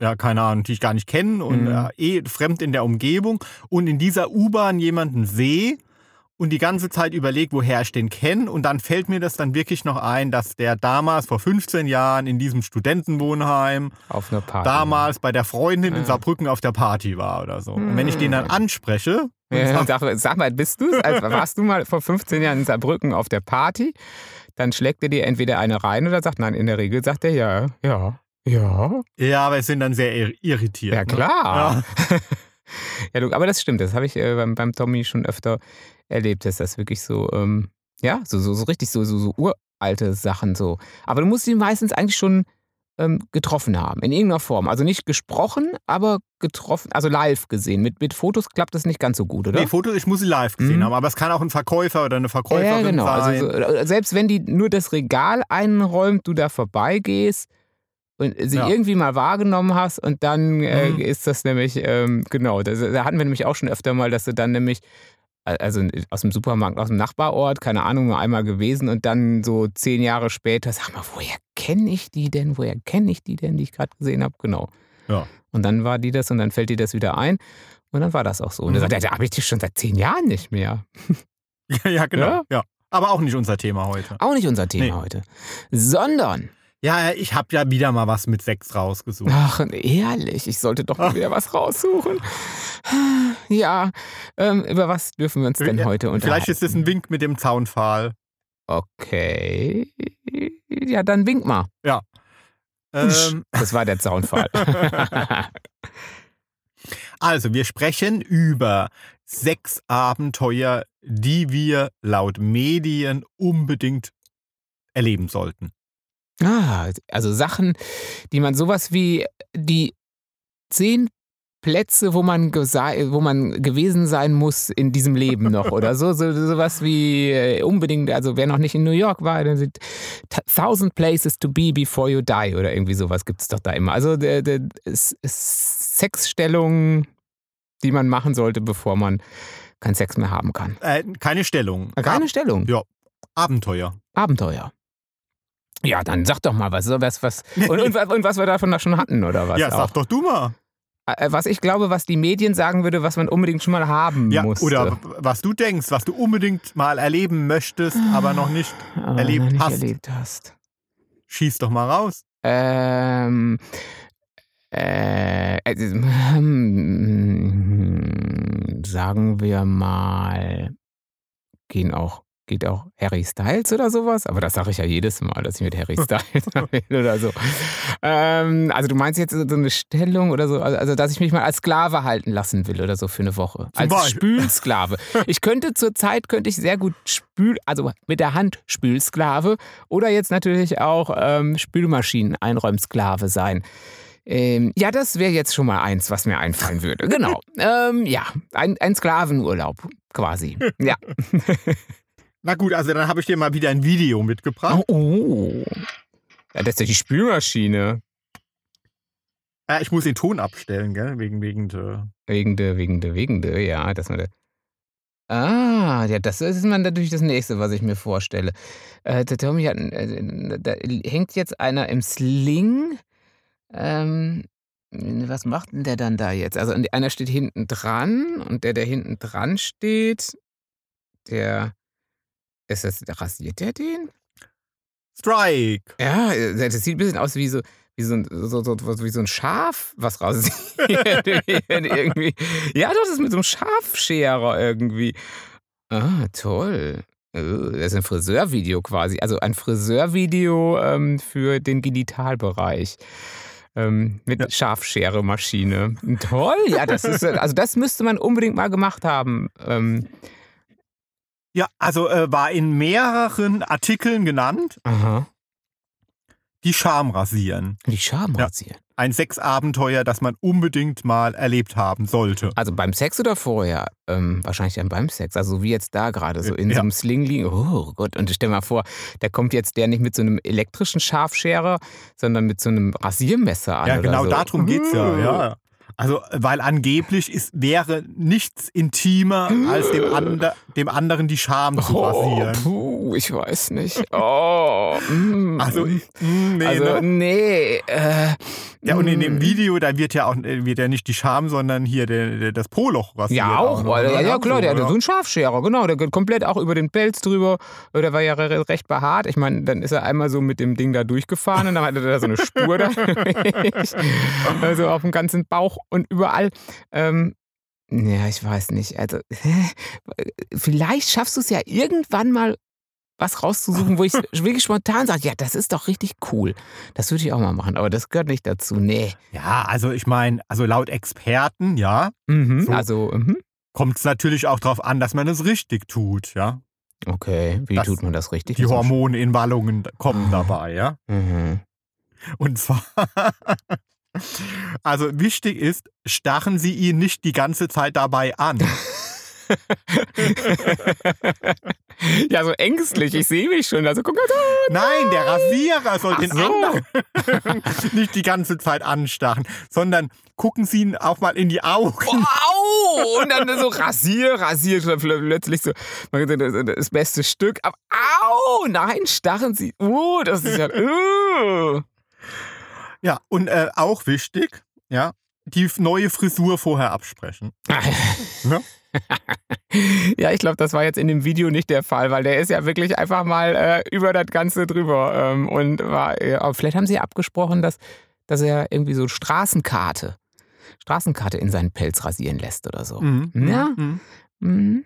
Speaker 1: ja, keine Ahnung, die ich gar nicht kenne und
Speaker 2: Mhm.
Speaker 1: äh, eh fremd in der Umgebung und in dieser U-Bahn jemanden sehe und die ganze Zeit überlege, woher ich den kenne und dann fällt mir das dann wirklich noch ein, dass der damals vor 15 Jahren in diesem Studentenwohnheim
Speaker 2: Auf einer Party.
Speaker 1: damals bei der Freundin in
Speaker 2: Ja.
Speaker 1: Saarbrücken auf der Party war oder so. Und wenn ich den dann
Speaker 2: Mhm.
Speaker 1: anspreche, und
Speaker 2: Ja,
Speaker 1: sag,
Speaker 2: sag, sag mal, bist du also Warst du mal vor 15 Jahren in Saarbrücken auf der Party? Dann schlägt er dir entweder eine rein oder sagt, nein, in der Regel sagt er ja, ja, ja.
Speaker 1: ja, aber es sind dann sehr ir- irritiert.
Speaker 2: Ja,
Speaker 1: ne?
Speaker 2: klar. Ja, du, aber das stimmt, das habe ich äh, beim, beim Tommy schon öfter erlebt, dass das wirklich so, ähm, ja, so, so, so richtig so, so, so uralte Sachen so. Aber du musst ihn meistens eigentlich schon ähm, getroffen haben, in irgendeiner Form. Also nicht gesprochen, aber getroffen, also live gesehen. Mit, mit Fotos klappt das nicht ganz so gut, oder?
Speaker 1: Nee, Fotos, ich muss sie live gesehen
Speaker 2: Mhm.
Speaker 1: haben, aber es kann auch ein Verkäufer oder eine
Speaker 2: Ja,
Speaker 1: Verkäuferin
Speaker 2: genau.
Speaker 1: sein.
Speaker 2: Also so, selbst wenn die nur das Regal einräumt, du da vorbeigehst und sie
Speaker 1: Ja.
Speaker 2: irgendwie mal wahrgenommen hast und dann äh,
Speaker 1: Mhm.
Speaker 2: ist das nämlich, ähm, genau, das, da hatten wir nämlich auch schon öfter mal, dass du dann nämlich, also aus dem Supermarkt, aus dem Nachbarort, keine Ahnung, nur einmal gewesen und dann so zehn Jahre später, sag mal, woher kenne ich die denn, woher kenne ich die denn, die ich gerade gesehen habe, genau.
Speaker 1: Ja.
Speaker 2: Und dann war die das und dann fällt dir das wieder ein und dann war das auch so. Und
Speaker 1: Mhm.
Speaker 2: dann sagt er, da habe ich dich schon seit zehn Jahren nicht mehr.
Speaker 1: ja, ja, genau.
Speaker 2: Ja?
Speaker 1: Ja? Aber auch nicht unser Thema heute.
Speaker 2: Auch nicht unser Thema
Speaker 1: Nee.
Speaker 2: heute. Sondern,
Speaker 1: Ja, ich habe ja wieder mal was mit Sex rausgesucht.
Speaker 2: ach ehrlich, ich sollte
Speaker 1: Ah.
Speaker 2: doch mal wieder was raussuchen. Ja, ähm, über was dürfen wir uns denn
Speaker 1: Ja,
Speaker 2: heute unterhalten?
Speaker 1: Vielleicht ist das ein Wink mit dem Zaunpfahl.
Speaker 2: Okay. Ja, dann wink mal. Husch.
Speaker 1: Ähm,
Speaker 2: Das war der Zaunfall.
Speaker 1: also, wir sprechen über sechs Abenteuer, die wir laut Medien unbedingt erleben sollten.
Speaker 2: ah, also Sachen, die man sowas wie die zehn Plätze, wo man, gesa- wo man gewesen sein muss in diesem Leben noch oder so. so sowas wie äh, unbedingt, also wer noch nicht in New York war, dann sind ta- 1000 places to be before you die oder irgendwie sowas gibt es doch da immer. Also der, der, es- es- Sexstellungen, die man machen sollte, bevor man keinen Sex mehr haben kann.
Speaker 1: Äh, keine Stellung.
Speaker 2: Keine Stellung.
Speaker 1: Ja. Abenteuer.
Speaker 2: Abenteuer. Ja, dann sag doch mal was. so was, was und, und, und was wir davon noch schon hatten, oder was?
Speaker 1: ja,
Speaker 2: auch.
Speaker 1: sag doch du mal.
Speaker 2: Äh, Was ich glaube, was die Medien sagen würde, was man unbedingt schon mal haben
Speaker 1: Ja,
Speaker 2: musste.
Speaker 1: oder w- was du denkst, was du unbedingt mal erleben möchtest, aber noch nicht,
Speaker 2: Aber
Speaker 1: erlebt
Speaker 2: noch Ah, nicht
Speaker 1: hast.
Speaker 2: erlebt hast.
Speaker 1: schieß doch mal raus.
Speaker 2: Ähm, äh, äh, hm, ähm, sagen wir mal, gehen auch geht auch Harry Styles oder sowas, aber das sage ich ja jedes Mal, dass ich mit Harry Styles rede oder so. Ähm, also du meinst jetzt so eine Stellung oder so, also, also dass ich mich mal als Sklave halten lassen will oder so für eine Woche. als
Speaker 1: Beispiel.
Speaker 2: Spülsklave. Ich könnte zurzeit könnte ich sehr gut spül, also mit der Hand Spülsklave oder jetzt natürlich auch ähm, Spülmaschinen Einräumsklave sein. Ähm, ja, das wäre jetzt schon mal eins, was mir einfallen würde. Genau. ähm, ja, ein, ein Sklavenurlaub quasi. Ja.
Speaker 1: Na gut, also dann habe ich dir mal wieder ein Video mitgebracht.
Speaker 2: Oh, oh. Ja, das ist ja die Spülmaschine.
Speaker 1: Äh, ich muss den Ton abstellen, gell? Wegen, wegen äh, der.
Speaker 2: Wegen der, wegen der, wegen der, ja, das war der. Ah, ja, das ist man natürlich das nächste, was ich mir vorstelle. Äh, der Tommy hat, ein- äh, da hängt jetzt einer im Sling. Ähm, was macht denn der dann da jetzt? Also und einer steht hinten dran und der, der hinten dran steht, der, ist das, rasiert der den?
Speaker 1: Strike!
Speaker 2: Ja, äh, das das sieht ein bisschen aus wie so, wie so, ein, so, so, so, wie so ein Schaf, was rasiert. irgendwie. Ja, doch, das ist mit so einem Schafscherer irgendwie. Ah, toll. Äh, Das ist ein Friseurvideo quasi. Also ein Friseurvideo ähm, für den Genitalbereich. Ähm, mit Schafschere-Maschine. Toll, ja, das ist, äh, also das müsste man unbedingt mal gemacht haben. Ähm,
Speaker 1: Ja, also äh, war in mehreren Artikeln genannt,
Speaker 2: aha.
Speaker 1: die Scham rasieren.
Speaker 2: Die Scham
Speaker 1: Ja.
Speaker 2: rasieren.
Speaker 1: Ein Sexabenteuer, das man unbedingt mal erlebt haben sollte.
Speaker 2: Also beim Sex oder vorher? Ähm, wahrscheinlich dann beim Sex. Also so wie jetzt da gerade, so in
Speaker 1: Ja.
Speaker 2: so einem Sling liegen. Oh Gott, und stell mal vor, da kommt jetzt der nicht mit so einem elektrischen Scharfscherer, sondern mit so einem Rasiermesser an.
Speaker 1: Ja,
Speaker 2: oder
Speaker 1: genau
Speaker 2: so.
Speaker 1: darum geht's ja,
Speaker 2: Uh.
Speaker 1: ja. Also, weil angeblich ist, wäre nichts intimer, als dem, ander, dem anderen die Scham zu
Speaker 2: Oh,
Speaker 1: rasieren.
Speaker 2: puh, ich weiß nicht. Oh, mm.
Speaker 1: Also, mm, nee,
Speaker 2: also,
Speaker 1: ne?
Speaker 2: nee. Äh,
Speaker 1: Ja, und in
Speaker 2: mm.
Speaker 1: dem Video, da wird ja auch äh, wird ja nicht die Scham, sondern hier der, der, das Poloch rasiert.
Speaker 2: Ja, auch,
Speaker 1: noch,
Speaker 2: weil,
Speaker 1: ne?
Speaker 2: ja, ja, klar, der
Speaker 1: so,
Speaker 2: hatte so einen Scharfscherer, genau, der geht komplett auch über den Pelz drüber, der war ja re- recht behaart, ich meine, dann ist er einmal so mit dem Ding da durchgefahren und dann hatte er da so eine Spur da, also auf dem ganzen Bauch und überall, ähm, ja, ich weiß nicht, also, vielleicht schaffst du es ja irgendwann mal, was rauszusuchen, wo ich wirklich spontan sage, ja, das ist doch richtig cool, das würde ich auch mal machen, aber das gehört nicht dazu, nee,
Speaker 1: Ja, also ich meine, also laut Experten, ja,
Speaker 2: mhm,
Speaker 1: So.
Speaker 2: also, mhm.
Speaker 1: kommt es natürlich auch darauf an, dass man es richtig tut, ja.
Speaker 2: okay, wie
Speaker 1: Das-
Speaker 2: tut man das richtig?
Speaker 1: Die
Speaker 2: Mit so einem
Speaker 1: Hormone in Wallungen kommen
Speaker 2: Mhm.
Speaker 1: dabei, ja.
Speaker 2: Mhm.
Speaker 1: Und zwar, also wichtig ist, starren Sie ihn nicht die ganze Zeit dabei an.
Speaker 2: ja, so ängstlich. Ich sehe mich schon. Also guck mal.
Speaker 1: Nein, der Rasierer soll
Speaker 2: Ach
Speaker 1: den
Speaker 2: so.
Speaker 1: anderen nicht die ganze Zeit anstachen, sondern gucken Sie ihn auch mal in die
Speaker 2: Oh.
Speaker 1: Augen.
Speaker 2: Au! Und dann so rasier, rasier, pl- pl- plötzlich so man sagt, das- das beste Stück. Aber au! Nein, starren Sie. Oh, das ist ja. Uh.
Speaker 1: Ja, und äh, auch wichtig, ja, die neue Frisur vorher absprechen. Ne?
Speaker 2: Ja, ich glaube, das war jetzt in dem Video nicht der Fall, weil der ist ja wirklich einfach mal äh, über das Ganze drüber. Ähm, und war, ja, aber vielleicht haben sie abgesprochen, dass, dass er irgendwie so Straßenkarte, Straßenkarte in seinen Pelz rasieren lässt oder so.
Speaker 1: Mhm.
Speaker 2: Oh. Ja.
Speaker 1: Mhm.
Speaker 2: Mhm.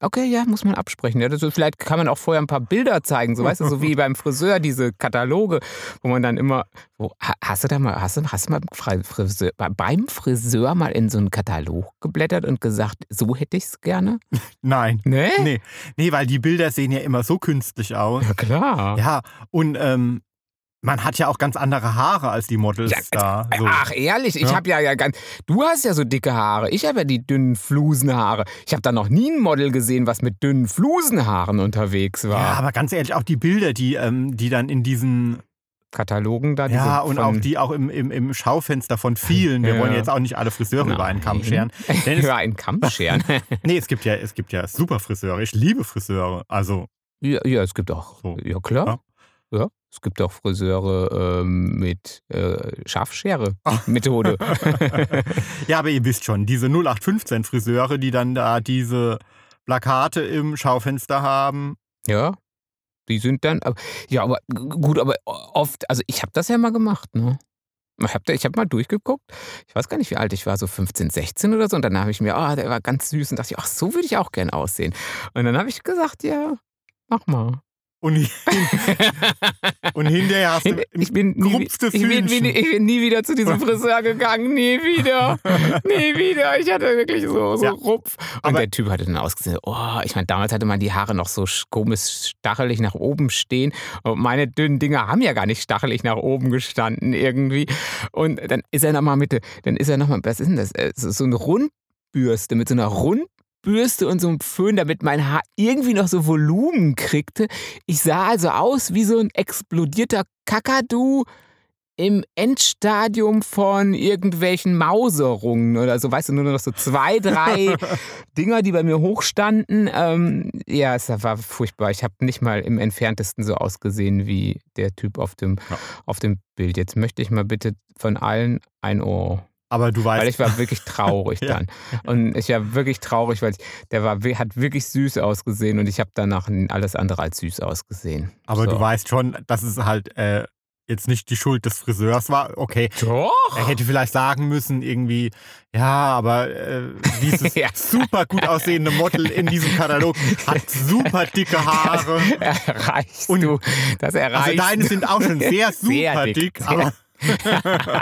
Speaker 2: Okay, ja, muss man absprechen. Ja, das, ist- vielleicht kann man auch vorher ein paar Bilder zeigen, so weißt du, so wie beim Friseur diese Kataloge, wo man dann immer, wo, ha- hast du da mal, hast du, hast du mal Fri- Friseur, bei- beim Friseur mal in so einen Katalog geblättert und gesagt, so hätte ich es gerne?
Speaker 1: Nein.
Speaker 2: Nee?
Speaker 1: Nee. nee, weil die Bilder sehen ja immer so künstlich aus.
Speaker 2: Äh. Ja, klar.
Speaker 1: Ja, und ähm, man hat ja auch ganz andere Haare als die Models
Speaker 2: Ja, also,
Speaker 1: da. So.
Speaker 2: Ach, ehrlich, ich
Speaker 1: also, Ja.
Speaker 2: habe ja, ja ganz. Du hast ja so dicke Haare. Ich habe ja die dünnen Flusenhaare. Ich habe da noch nie ein Model gesehen, was mit dünnen Flusenhaaren unterwegs war.
Speaker 1: Ja, aber ganz ehrlich, auch die Bilder, die, ähm, die dann in diesen,
Speaker 2: Katalogen da. diese
Speaker 1: ja, und
Speaker 2: von-
Speaker 1: auch die auch im, im, im Schaufenster von vielen, wir
Speaker 2: Ja.
Speaker 1: wollen jetzt auch nicht alle Friseure über einen Kamm
Speaker 2: Nein.
Speaker 1: scheren. Denn es,
Speaker 2: Über einen Kamm scheren.
Speaker 1: nee, es gibt ja, es gibt ja super Friseure. Ich liebe Friseure. Also,
Speaker 2: ja, ja, es gibt auch.
Speaker 1: So.
Speaker 2: Ja, klar. Ja. es gibt auch Friseure ähm, mit äh, Schafschere-Methode.
Speaker 1: ja, aber ihr wisst schon, diese 0815 Friseure, die dann da diese Plakate im Schaufenster haben.
Speaker 2: ja. Die sind dann. aber- Ja, aber g- gut, aber oft. Also, ich habe das ja mal gemacht, ne? Ich habe ich hab mal durchgeguckt. Ich weiß gar nicht, wie alt ich war, so 15, 16 oder so. Und dann habe ich mir, ah, der war ganz süß. Und dachte ich, ach, so würde ich auch gern aussehen. Und dann habe ich gesagt, ja, Mach mal.
Speaker 1: Und, und hinterher hast du
Speaker 2: Ich bin, nie, ich,
Speaker 1: Gerupfte
Speaker 2: bin,
Speaker 1: Fühnchen.
Speaker 2: ich bin nie wieder zu diesem Friseur gegangen. Nie wieder. nie wieder. Ich hatte wirklich so, so
Speaker 1: Ja.
Speaker 2: Rupf. Und
Speaker 1: Aber-
Speaker 2: der Typ hatte dann ausgesehen, oh, ich meine, damals hatte man die Haare noch so sch- komisch stachelig nach oben stehen. Und meine dünnen Dinger haben ja gar nicht stachelig nach oben gestanden irgendwie. Und dann ist er nochmal mit, dann ist er nochmal, was ist denn das? Äh, So, so eine Rundbürste mit so einer Rundbürste und so einem Föhn, damit mein Haar irgendwie noch so Volumen kriegte. Ich sah also aus wie so ein explodierter Kakadu im Endstadium von irgendwelchen Mauserungen oder so, weißt du, nur noch so zwei, drei Dinger, die bei mir hochstanden. Ähm, ja, es war furchtbar. Ich habe nicht mal im entferntesten so ausgesehen wie der Typ auf dem,
Speaker 1: Ja.
Speaker 2: auf dem Bild. Jetzt möchte ich mal bitte von allen ein Ohr.
Speaker 1: Aber du weißt,
Speaker 2: Weil ich war wirklich traurig
Speaker 1: Ja.
Speaker 2: dann. Und ich war wirklich traurig, weil ich, der war, wir- hat wirklich süß ausgesehen und ich habe danach alles andere als süß ausgesehen.
Speaker 1: aber
Speaker 2: so.
Speaker 1: du weißt schon, dass es halt äh, jetzt nicht die Schuld des Friseurs war. Okay,
Speaker 2: Doch!
Speaker 1: er hätte vielleicht sagen müssen, irgendwie, ja, aber äh, dieses
Speaker 2: Ja.
Speaker 1: super gut aussehende Model in diesem Katalog hat super dicke Haare.
Speaker 2: Erreichst
Speaker 1: Und-
Speaker 2: du. Das
Speaker 1: Also
Speaker 2: erreichst
Speaker 1: deine
Speaker 2: du.
Speaker 1: sind auch schon sehr super
Speaker 2: Sehr dick,
Speaker 1: dick,
Speaker 2: sehr
Speaker 1: aber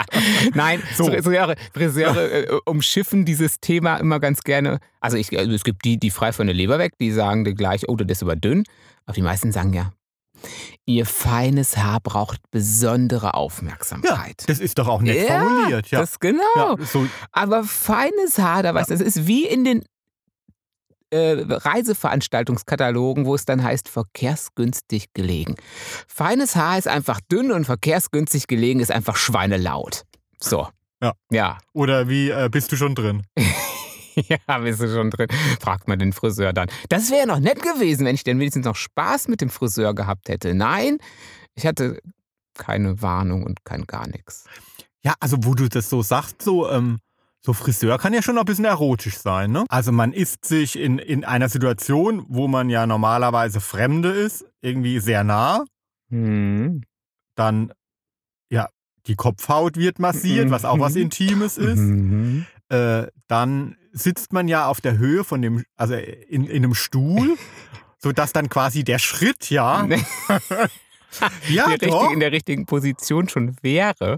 Speaker 2: Nein,
Speaker 1: So.
Speaker 2: Friseure, Friseure äh, umschiffen dieses Thema immer ganz gerne. Also, ich, also es gibt die, die frei von der Leber weg, die sagen dir gleich, oh, das ist aber dünn. Aber die meisten sagen ja, ihr feines Haar braucht besondere Aufmerksamkeit.
Speaker 1: das ist doch auch nett
Speaker 2: Ja,
Speaker 1: formuliert. Ja.
Speaker 2: Das genau.
Speaker 1: ja, so,
Speaker 2: Aber feines Haar, da weißt du, das ist wie in den äh, Reiseveranstaltungskatalogen, wo es dann heißt, verkehrsgünstig gelegen. Feines Haar ist einfach dünn und verkehrsgünstig gelegen ist einfach schweinelaut. So.
Speaker 1: Ja.
Speaker 2: Ja,
Speaker 1: oder wie äh, bist du schon drin?
Speaker 2: ja, bist du schon drin. Fragt man den Friseur dann. Das wäre noch nett gewesen, wenn ich denn wenigstens noch Spaß mit dem Friseur gehabt hätte. Nein, ich hatte keine Warnung und kein gar nichts.
Speaker 1: Ja, also wo du das so sagst, so, ähm, so Friseur kann ja schon auch ein bisschen erotisch sein, ne? Also man ist sich in, in einer Situation, wo man ja normalerweise Fremde ist, irgendwie sehr nah,
Speaker 2: Hm.
Speaker 1: dann ja, die Kopfhaut wird massiert,
Speaker 2: Mhm.
Speaker 1: was auch was Intimes ist.
Speaker 2: Mhm.
Speaker 1: Äh, dann sitzt man ja auf der Höhe von dem, also in, in einem Stuhl, sodass dann quasi der Schritt ja,
Speaker 2: die
Speaker 1: ja
Speaker 2: richtig,
Speaker 1: doch,
Speaker 2: in Ne, der richtigen Position schon wäre.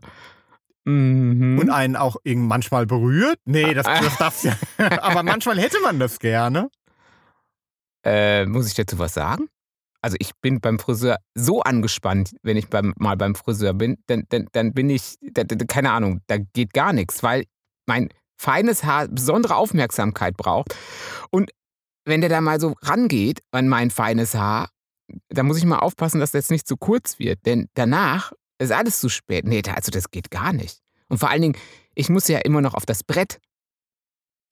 Speaker 2: Mhm.
Speaker 1: und einen auch irgend manchmal berührt. Nee, das,
Speaker 2: Ah.
Speaker 1: das darf's ja. Aber manchmal hätte man das gerne.
Speaker 2: äh, muss ich dazu was sagen? Also ich bin beim Friseur so angespannt, wenn ich beim, mal beim Friseur bin, dann, dann, dann bin ich, da, da, keine Ahnung, da geht gar nichts, weil mein feines Haar besondere Aufmerksamkeit braucht. Und wenn der da mal so rangeht an mein feines Haar, da muss ich mal aufpassen, dass das nicht zu kurz wird, denn danach ist alles zu spät. Nee, da, also das geht gar nicht. Und vor allen Dingen, ich muss ja immer noch auf das Brett.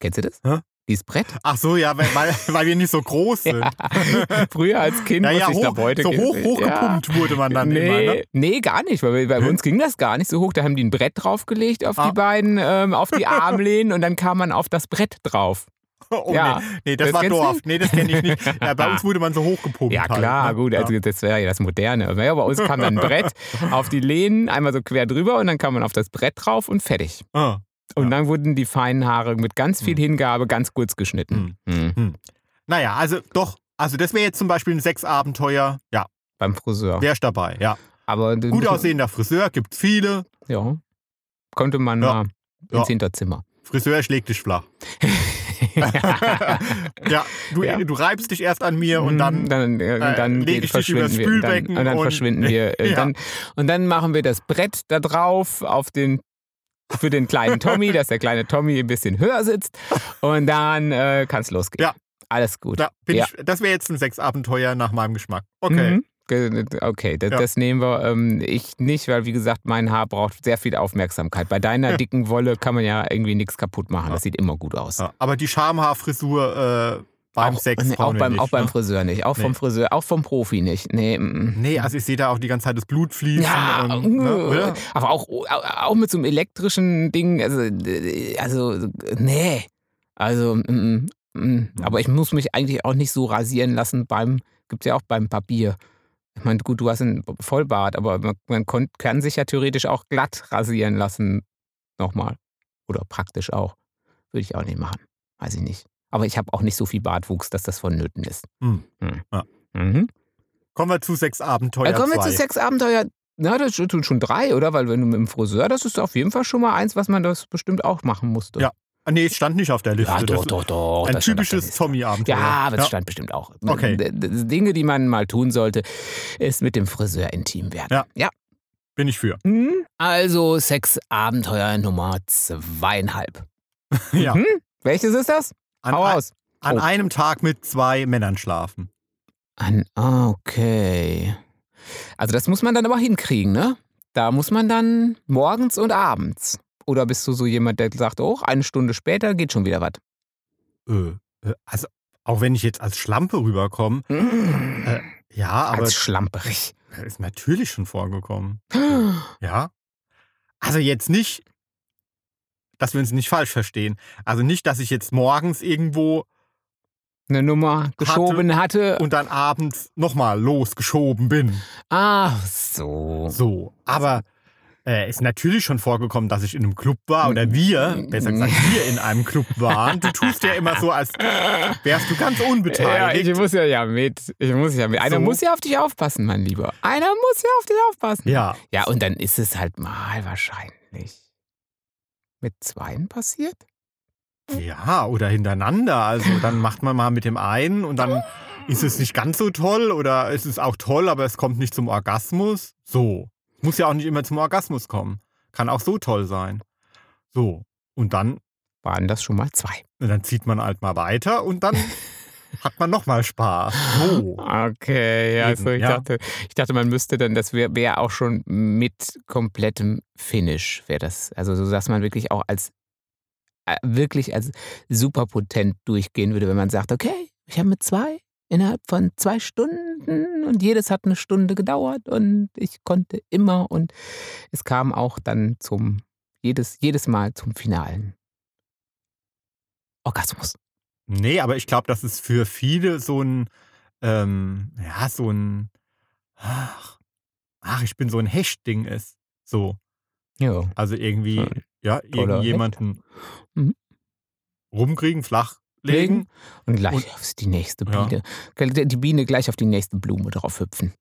Speaker 2: Kennst du das?
Speaker 1: Hä?
Speaker 2: Dieses Brett?
Speaker 1: Ach so, ja, weil, weil, weil wir nicht so groß sind.
Speaker 2: Früher als Kind
Speaker 1: Ja, ja,
Speaker 2: musste ich da
Speaker 1: hoch,
Speaker 2: heute
Speaker 1: so hoch, hochgepumpt wurde man dann
Speaker 2: nee,
Speaker 1: immer. Ne?
Speaker 2: nee, gar nicht, weil bei
Speaker 1: Hm?
Speaker 2: uns ging das gar nicht so hoch. Da haben die ein Brett draufgelegt auf
Speaker 1: Ah.
Speaker 2: die beiden, ähm, auf die Armlehnen und dann kam man auf das Brett drauf.
Speaker 1: Oh,
Speaker 2: Ja.
Speaker 1: nee, nee, das,
Speaker 2: Das
Speaker 1: war
Speaker 2: kennst du? Ah.
Speaker 1: Dorf. Nee, das kenne ich nicht. Ja, bei uns wurde man so hochgepumpt.
Speaker 2: Ja klar,
Speaker 1: halt, ne?
Speaker 2: gut, also
Speaker 1: Ja.
Speaker 2: das wäre ja das Moderne. Aber ja, bei uns kam dann ein Brett auf die Lehnen, einmal so quer drüber und dann kam man auf das Brett drauf und fertig.
Speaker 1: Ah.
Speaker 2: Und dann wurden die feinen Haare mit ganz
Speaker 1: Hm.
Speaker 2: viel Hingabe ganz kurz geschnitten. Hm.
Speaker 1: Naja, also doch. Also das wäre jetzt zum Beispiel ein Sexabenteuer. Ja,
Speaker 2: Beim Friseur.
Speaker 1: wärst dabei. Ja.
Speaker 2: Aber du-
Speaker 1: Gut aussehender Friseur, gibt viele.
Speaker 2: Ja. Konnte man
Speaker 1: Ja.
Speaker 2: mal
Speaker 1: Ja.
Speaker 2: ins Hinterzimmer.
Speaker 1: Friseur schlägt dich flach. ja, du,
Speaker 2: Ja.
Speaker 1: du reibst dich erst an mir und dann.
Speaker 2: dann, äh, dann
Speaker 1: leg
Speaker 2: geht-
Speaker 1: ich dich
Speaker 2: verschwinden
Speaker 1: übers
Speaker 2: wir, dann,
Speaker 1: Spülbecken
Speaker 2: und dann
Speaker 1: und-
Speaker 2: verschwinden wir äh,
Speaker 1: Ja.
Speaker 2: dann, und dann machen wir das Brett da drauf auf den für den kleinen Tommy, dass der kleine Tommy ein bisschen höher sitzt und dann äh, kann es losgehen.
Speaker 1: Ja.
Speaker 2: Alles gut.
Speaker 1: Da bin
Speaker 2: Ja.
Speaker 1: ich, das wäre jetzt ein Sexabenteuer nach meinem Geschmack. Okay.
Speaker 2: Mhm. Ge- Okay, das,
Speaker 1: Ja.
Speaker 2: das nehmen wir. Ähm, ich nicht, weil wie gesagt, mein Haar braucht sehr viel Aufmerksamkeit. Bei deiner dicken Wolle kann man ja irgendwie nichts kaputt machen. Das sieht immer gut aus.
Speaker 1: Ja. Aber die Schamhaarfrisur äh, beim
Speaker 2: auch,
Speaker 1: Sex
Speaker 2: nee, auch,
Speaker 1: brauchen wir
Speaker 2: beim,
Speaker 1: nicht,
Speaker 2: auch beim
Speaker 1: ne?
Speaker 2: Friseur nicht. Auch vom
Speaker 1: Nee.
Speaker 2: Friseur, auch vom Profi nicht. Nee, mm, mm.
Speaker 1: Nee, also ich sehe da auch die ganze Zeit das Blut fließen.
Speaker 2: Ja,
Speaker 1: und, ne,
Speaker 2: äh,
Speaker 1: oder?
Speaker 2: aber auch, auch mit so einem elektrischen Ding, also, äh, also äh, nee. Also, mm, mm, mm. aber ich muss mich eigentlich auch nicht so rasieren lassen beim, gibt ja auch beim Papier. Ich meine, gut, du hast einen Vollbart, aber man, man kon, kann sich ja theoretisch auch glatt rasieren lassen. Nochmal. Oder praktisch auch. Würde ich auch nicht machen. Weiß ich nicht. Aber ich habe auch nicht so viel Bartwuchs, dass das vonnöten ist.
Speaker 1: Hm.
Speaker 2: Hm.
Speaker 1: Ja.
Speaker 2: Mhm.
Speaker 1: Kommen wir zu Sexabenteuer.
Speaker 2: Dann Äh, kommen wir
Speaker 1: zwei.
Speaker 2: zu Sexabenteuer. Na, das tun schon drei, oder? Weil wenn du mit dem Friseur, das ist auf jeden Fall schon mal eins, was man das bestimmt auch machen musste.
Speaker 1: Ja, Ah, nee, es stand nicht auf der Liste.
Speaker 2: Ja,
Speaker 1: Das
Speaker 2: doch,
Speaker 1: ist
Speaker 2: doch, doch.
Speaker 1: ein
Speaker 2: das stand auf der
Speaker 1: typisches
Speaker 2: Liste.
Speaker 1: Zombie-Abenteuer.
Speaker 2: Ja, aber das stand bestimmt auch.
Speaker 1: Okay.
Speaker 2: D- d- Dinge, die man mal tun sollte, ist mit dem Friseur intim werden.
Speaker 1: Ja.
Speaker 2: ja.
Speaker 1: bin ich für.
Speaker 2: Hm? Also Sexabenteuer Nummer zweieinhalb.
Speaker 1: Ja.
Speaker 2: Hm? Welches ist das?
Speaker 1: An,
Speaker 2: Hau
Speaker 1: ein-
Speaker 2: aus.
Speaker 1: an
Speaker 2: Oh.
Speaker 1: einem Tag mit zwei Männern schlafen.
Speaker 2: An, ah, okay. Also das muss man dann aber hinkriegen, ne? Da muss man dann morgens und abends. Oder bist du so jemand, der sagt, oh, eine Stunde später geht schon wieder was?
Speaker 1: Äh, äh, also, auch wenn ich jetzt als Schlampe rüberkomme, Äh, ja, aber
Speaker 2: Als schlamperig.
Speaker 1: das ist natürlich schon vorgekommen. Ja. Also jetzt nicht, dass wir uns nicht falsch verstehen. Also nicht, dass ich jetzt morgens irgendwo
Speaker 2: Eine Nummer geschoben hatte.
Speaker 1: und dann abends nochmal losgeschoben bin.
Speaker 2: Ach so.
Speaker 1: So. Aber äh, ist natürlich schon vorgekommen, dass ich in einem Club war oder wir, besser gesagt, wir in einem Club waren. Du tust ja immer so, als wärst du ganz
Speaker 2: Ja, ich
Speaker 1: unbeteiligt.
Speaker 2: muss ja, ja mit. Ich muss ja mit. Einer
Speaker 1: So.
Speaker 2: muss ja auf dich aufpassen, mein Lieber. Einer muss ja auf dich aufpassen.
Speaker 1: Ja,
Speaker 2: Ja, und dann ist es halt mal wahrscheinlich mit zweien passiert.
Speaker 1: ja, oder hintereinander. Also dann macht man mal mit dem einen und dann ist es nicht ganz so toll oder es ist auch toll, aber es kommt nicht zum Orgasmus. So. Muss ja auch nicht immer zum Orgasmus kommen. Kann auch so toll sein. So. Und dann,
Speaker 2: Waren das schon mal zwei?
Speaker 1: dann zieht man halt mal weiter und dann hat man nochmal Spaß. So.
Speaker 2: Okay, ja,
Speaker 1: Eben,
Speaker 2: also ich,
Speaker 1: ja.
Speaker 2: Dachte, ich dachte, man müsste dann, das wäre wär auch schon mit komplettem Finish, wäre das. Also so, dass man wirklich auch als äh, wirklich als superpotent durchgehen würde, wenn man sagt, okay, ich habe mit zwei innerhalb von zwei Stunden und jedes hat eine Stunde gedauert und ich konnte immer und es kam auch dann zum jedes jedes Mal zum finalen Orgasmus.
Speaker 1: Nee, aber ich glaube, das ist für viele so ein, ähm, ja, so ein, ach, ach, ich bin so ein Hecht-Ding ist. So.
Speaker 2: Ja.
Speaker 1: Also irgendwie,
Speaker 2: Hm.
Speaker 1: ja, irgendjemanden
Speaker 2: Mhm.
Speaker 1: rumkriegen, flach
Speaker 2: legen
Speaker 1: legen.
Speaker 2: und gleich
Speaker 1: Und-
Speaker 2: auf die nächste
Speaker 1: Ja.
Speaker 2: Biene. Die Biene gleich auf die nächste Blume drauf hüpfen.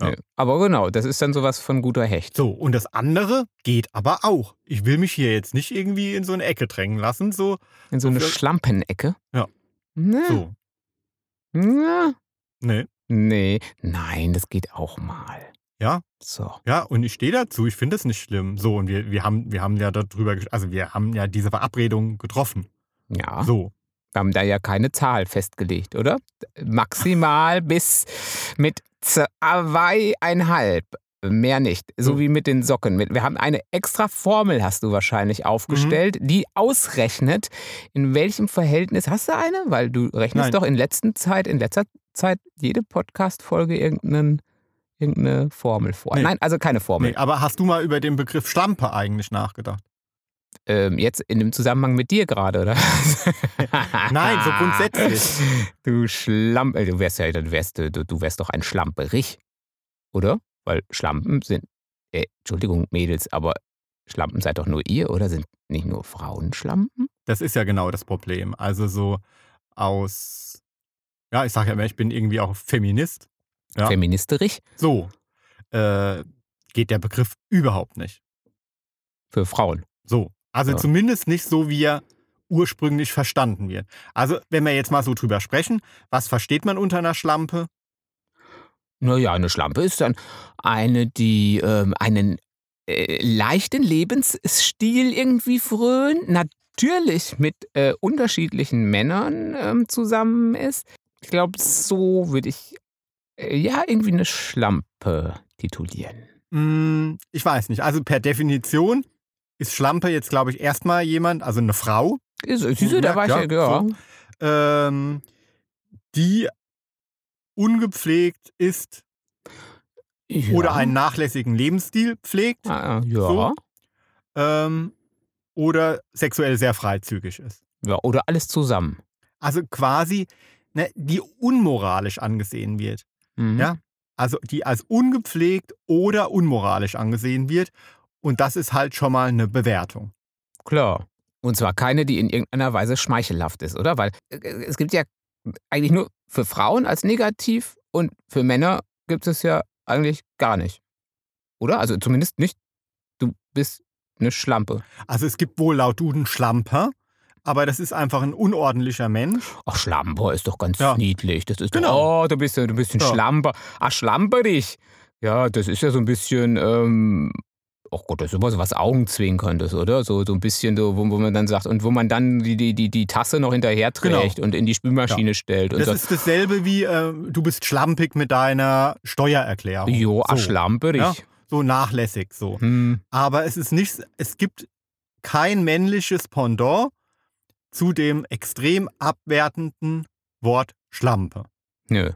Speaker 1: Ja.
Speaker 2: Ja. Aber genau, das ist dann sowas von guter Hecht.
Speaker 1: So, und das andere geht aber auch. Ich will mich hier jetzt nicht irgendwie in so eine Ecke drängen lassen. So,
Speaker 2: In so eine
Speaker 1: Dafür-
Speaker 2: Schlampenecke.
Speaker 1: Ja.
Speaker 2: Na,
Speaker 1: so. ne?
Speaker 2: na,
Speaker 1: Nee.
Speaker 2: nee, nein, das geht auch mal.
Speaker 1: Ja.
Speaker 2: So.
Speaker 1: Ja, und ich stehe dazu, ich finde es nicht schlimm. So, und wir, wir, haben, wir haben ja darüber, gesch- also wir haben ja diese Verabredung getroffen.
Speaker 2: Ja.
Speaker 1: So.
Speaker 2: Wir haben da ja keine Zahl festgelegt, oder? Maximal bis mit zweieinhalb. Mehr nicht. So
Speaker 1: So.
Speaker 2: wie mit den Socken. Mit- Wir haben eine extra Formel, hast du wahrscheinlich aufgestellt,
Speaker 1: Mhm.
Speaker 2: die ausrechnet, in welchem Verhältnis hast du eine? Weil du
Speaker 1: Nein.
Speaker 2: rechnest doch in letzter Zeit, in letzter Zeit jede Podcast-Folge irgendeinen- irgendeine Formel vor.
Speaker 1: Nee.
Speaker 2: Nein, also keine Formel.
Speaker 1: Nee, ne? aber hast du mal über den Begriff Schlampe eigentlich nachgedacht?
Speaker 2: Ähm, jetzt in dem Zusammenhang mit dir gerade, oder?
Speaker 1: Nein, so grundsätzlich.
Speaker 2: Du Schlamp, äh, du wärst ja, dann wärst du, du wärst doch ein Schlamperich, oder? Weil Schlampen sind, äh, Entschuldigung, Mädels, aber Schlampen seid doch nur ihr, oder? Sind nicht nur Frauen Schlampen?
Speaker 1: Das ist ja genau das Problem. Also so aus, ja, ich sage ja immer, ich bin irgendwie auch Feminist. Ja.
Speaker 2: Feministerich?
Speaker 1: So äh, geht der Begriff überhaupt nicht.
Speaker 2: Für Frauen.
Speaker 1: So. Also
Speaker 2: Ja.
Speaker 1: zumindest nicht so, wie er ursprünglich verstanden wird. Also, wenn wir jetzt mal so drüber sprechen, was versteht man unter einer Schlampe?
Speaker 2: Naja, eine Schlampe ist dann eine, die ähm, einen äh, leichten Lebensstil irgendwie frönt, natürlich mit äh, unterschiedlichen Männern ähm, zusammen ist. Ich glaube, so würde ich äh, ja irgendwie eine Schlampe titulieren.
Speaker 1: Hm, ich weiß nicht. Also per Definition ist Schlampe jetzt, glaube ich, erstmal jemand, also eine Frau,
Speaker 2: Ist- Siehst du, da
Speaker 1: Oh, Ja,
Speaker 2: war ich ja,
Speaker 1: klar,
Speaker 2: ja.
Speaker 1: ähm, die ungepflegt ist
Speaker 2: ja.
Speaker 1: oder einen nachlässigen Lebensstil pflegt
Speaker 2: Ah, ja.
Speaker 1: So. ähm, oder sexuell sehr freizügig ist.
Speaker 2: ja. Oder alles zusammen.
Speaker 1: Also quasi, ne, die unmoralisch angesehen wird.
Speaker 2: Mhm.
Speaker 1: Ja. Also die als ungepflegt oder unmoralisch angesehen wird. Und das ist halt schon mal eine Bewertung.
Speaker 2: Klar. Und zwar keine, die in irgendeiner Weise schmeichelhaft ist, äh, oder? Weil äh, es gibt ja eigentlich nur für Frauen als negativ und für Männer gibt es ja eigentlich gar nicht. Oder? Also zumindest nicht, du bist eine Schlampe.
Speaker 1: Also es gibt wohl laut Duden Schlamper, aber das ist einfach ein unordentlicher Mensch.
Speaker 2: Ach, Schlamper ist doch ganz
Speaker 1: Ja.
Speaker 2: niedlich. Das ist
Speaker 1: Genau.
Speaker 2: doch, oh, du bist, ja- du bist ein
Speaker 1: Ja.
Speaker 2: Schlamper. Ach, schlamperig. Ja, das ist ja so ein bisschen, ähm, oh Gott, das ist immer so was Augenzwinkerndes, oder? So, so ein bisschen, so, wo, wo man dann sagt, und wo man dann die, die, die, die Tasse noch hinterher trägt und in die Spülmaschine stellt. Und
Speaker 1: Genau. Das
Speaker 2: so.
Speaker 1: ist dasselbe wie äh, du bist schlampig mit deiner Steuererklärung.
Speaker 2: jo, ach,
Speaker 1: so.
Speaker 2: schlamperig.
Speaker 1: Ja. so nachlässig so.
Speaker 2: Hm.
Speaker 1: Aber es ist nichts, es gibt kein männliches Pendant zu dem extrem abwertenden Wort Schlampe.
Speaker 2: Nö.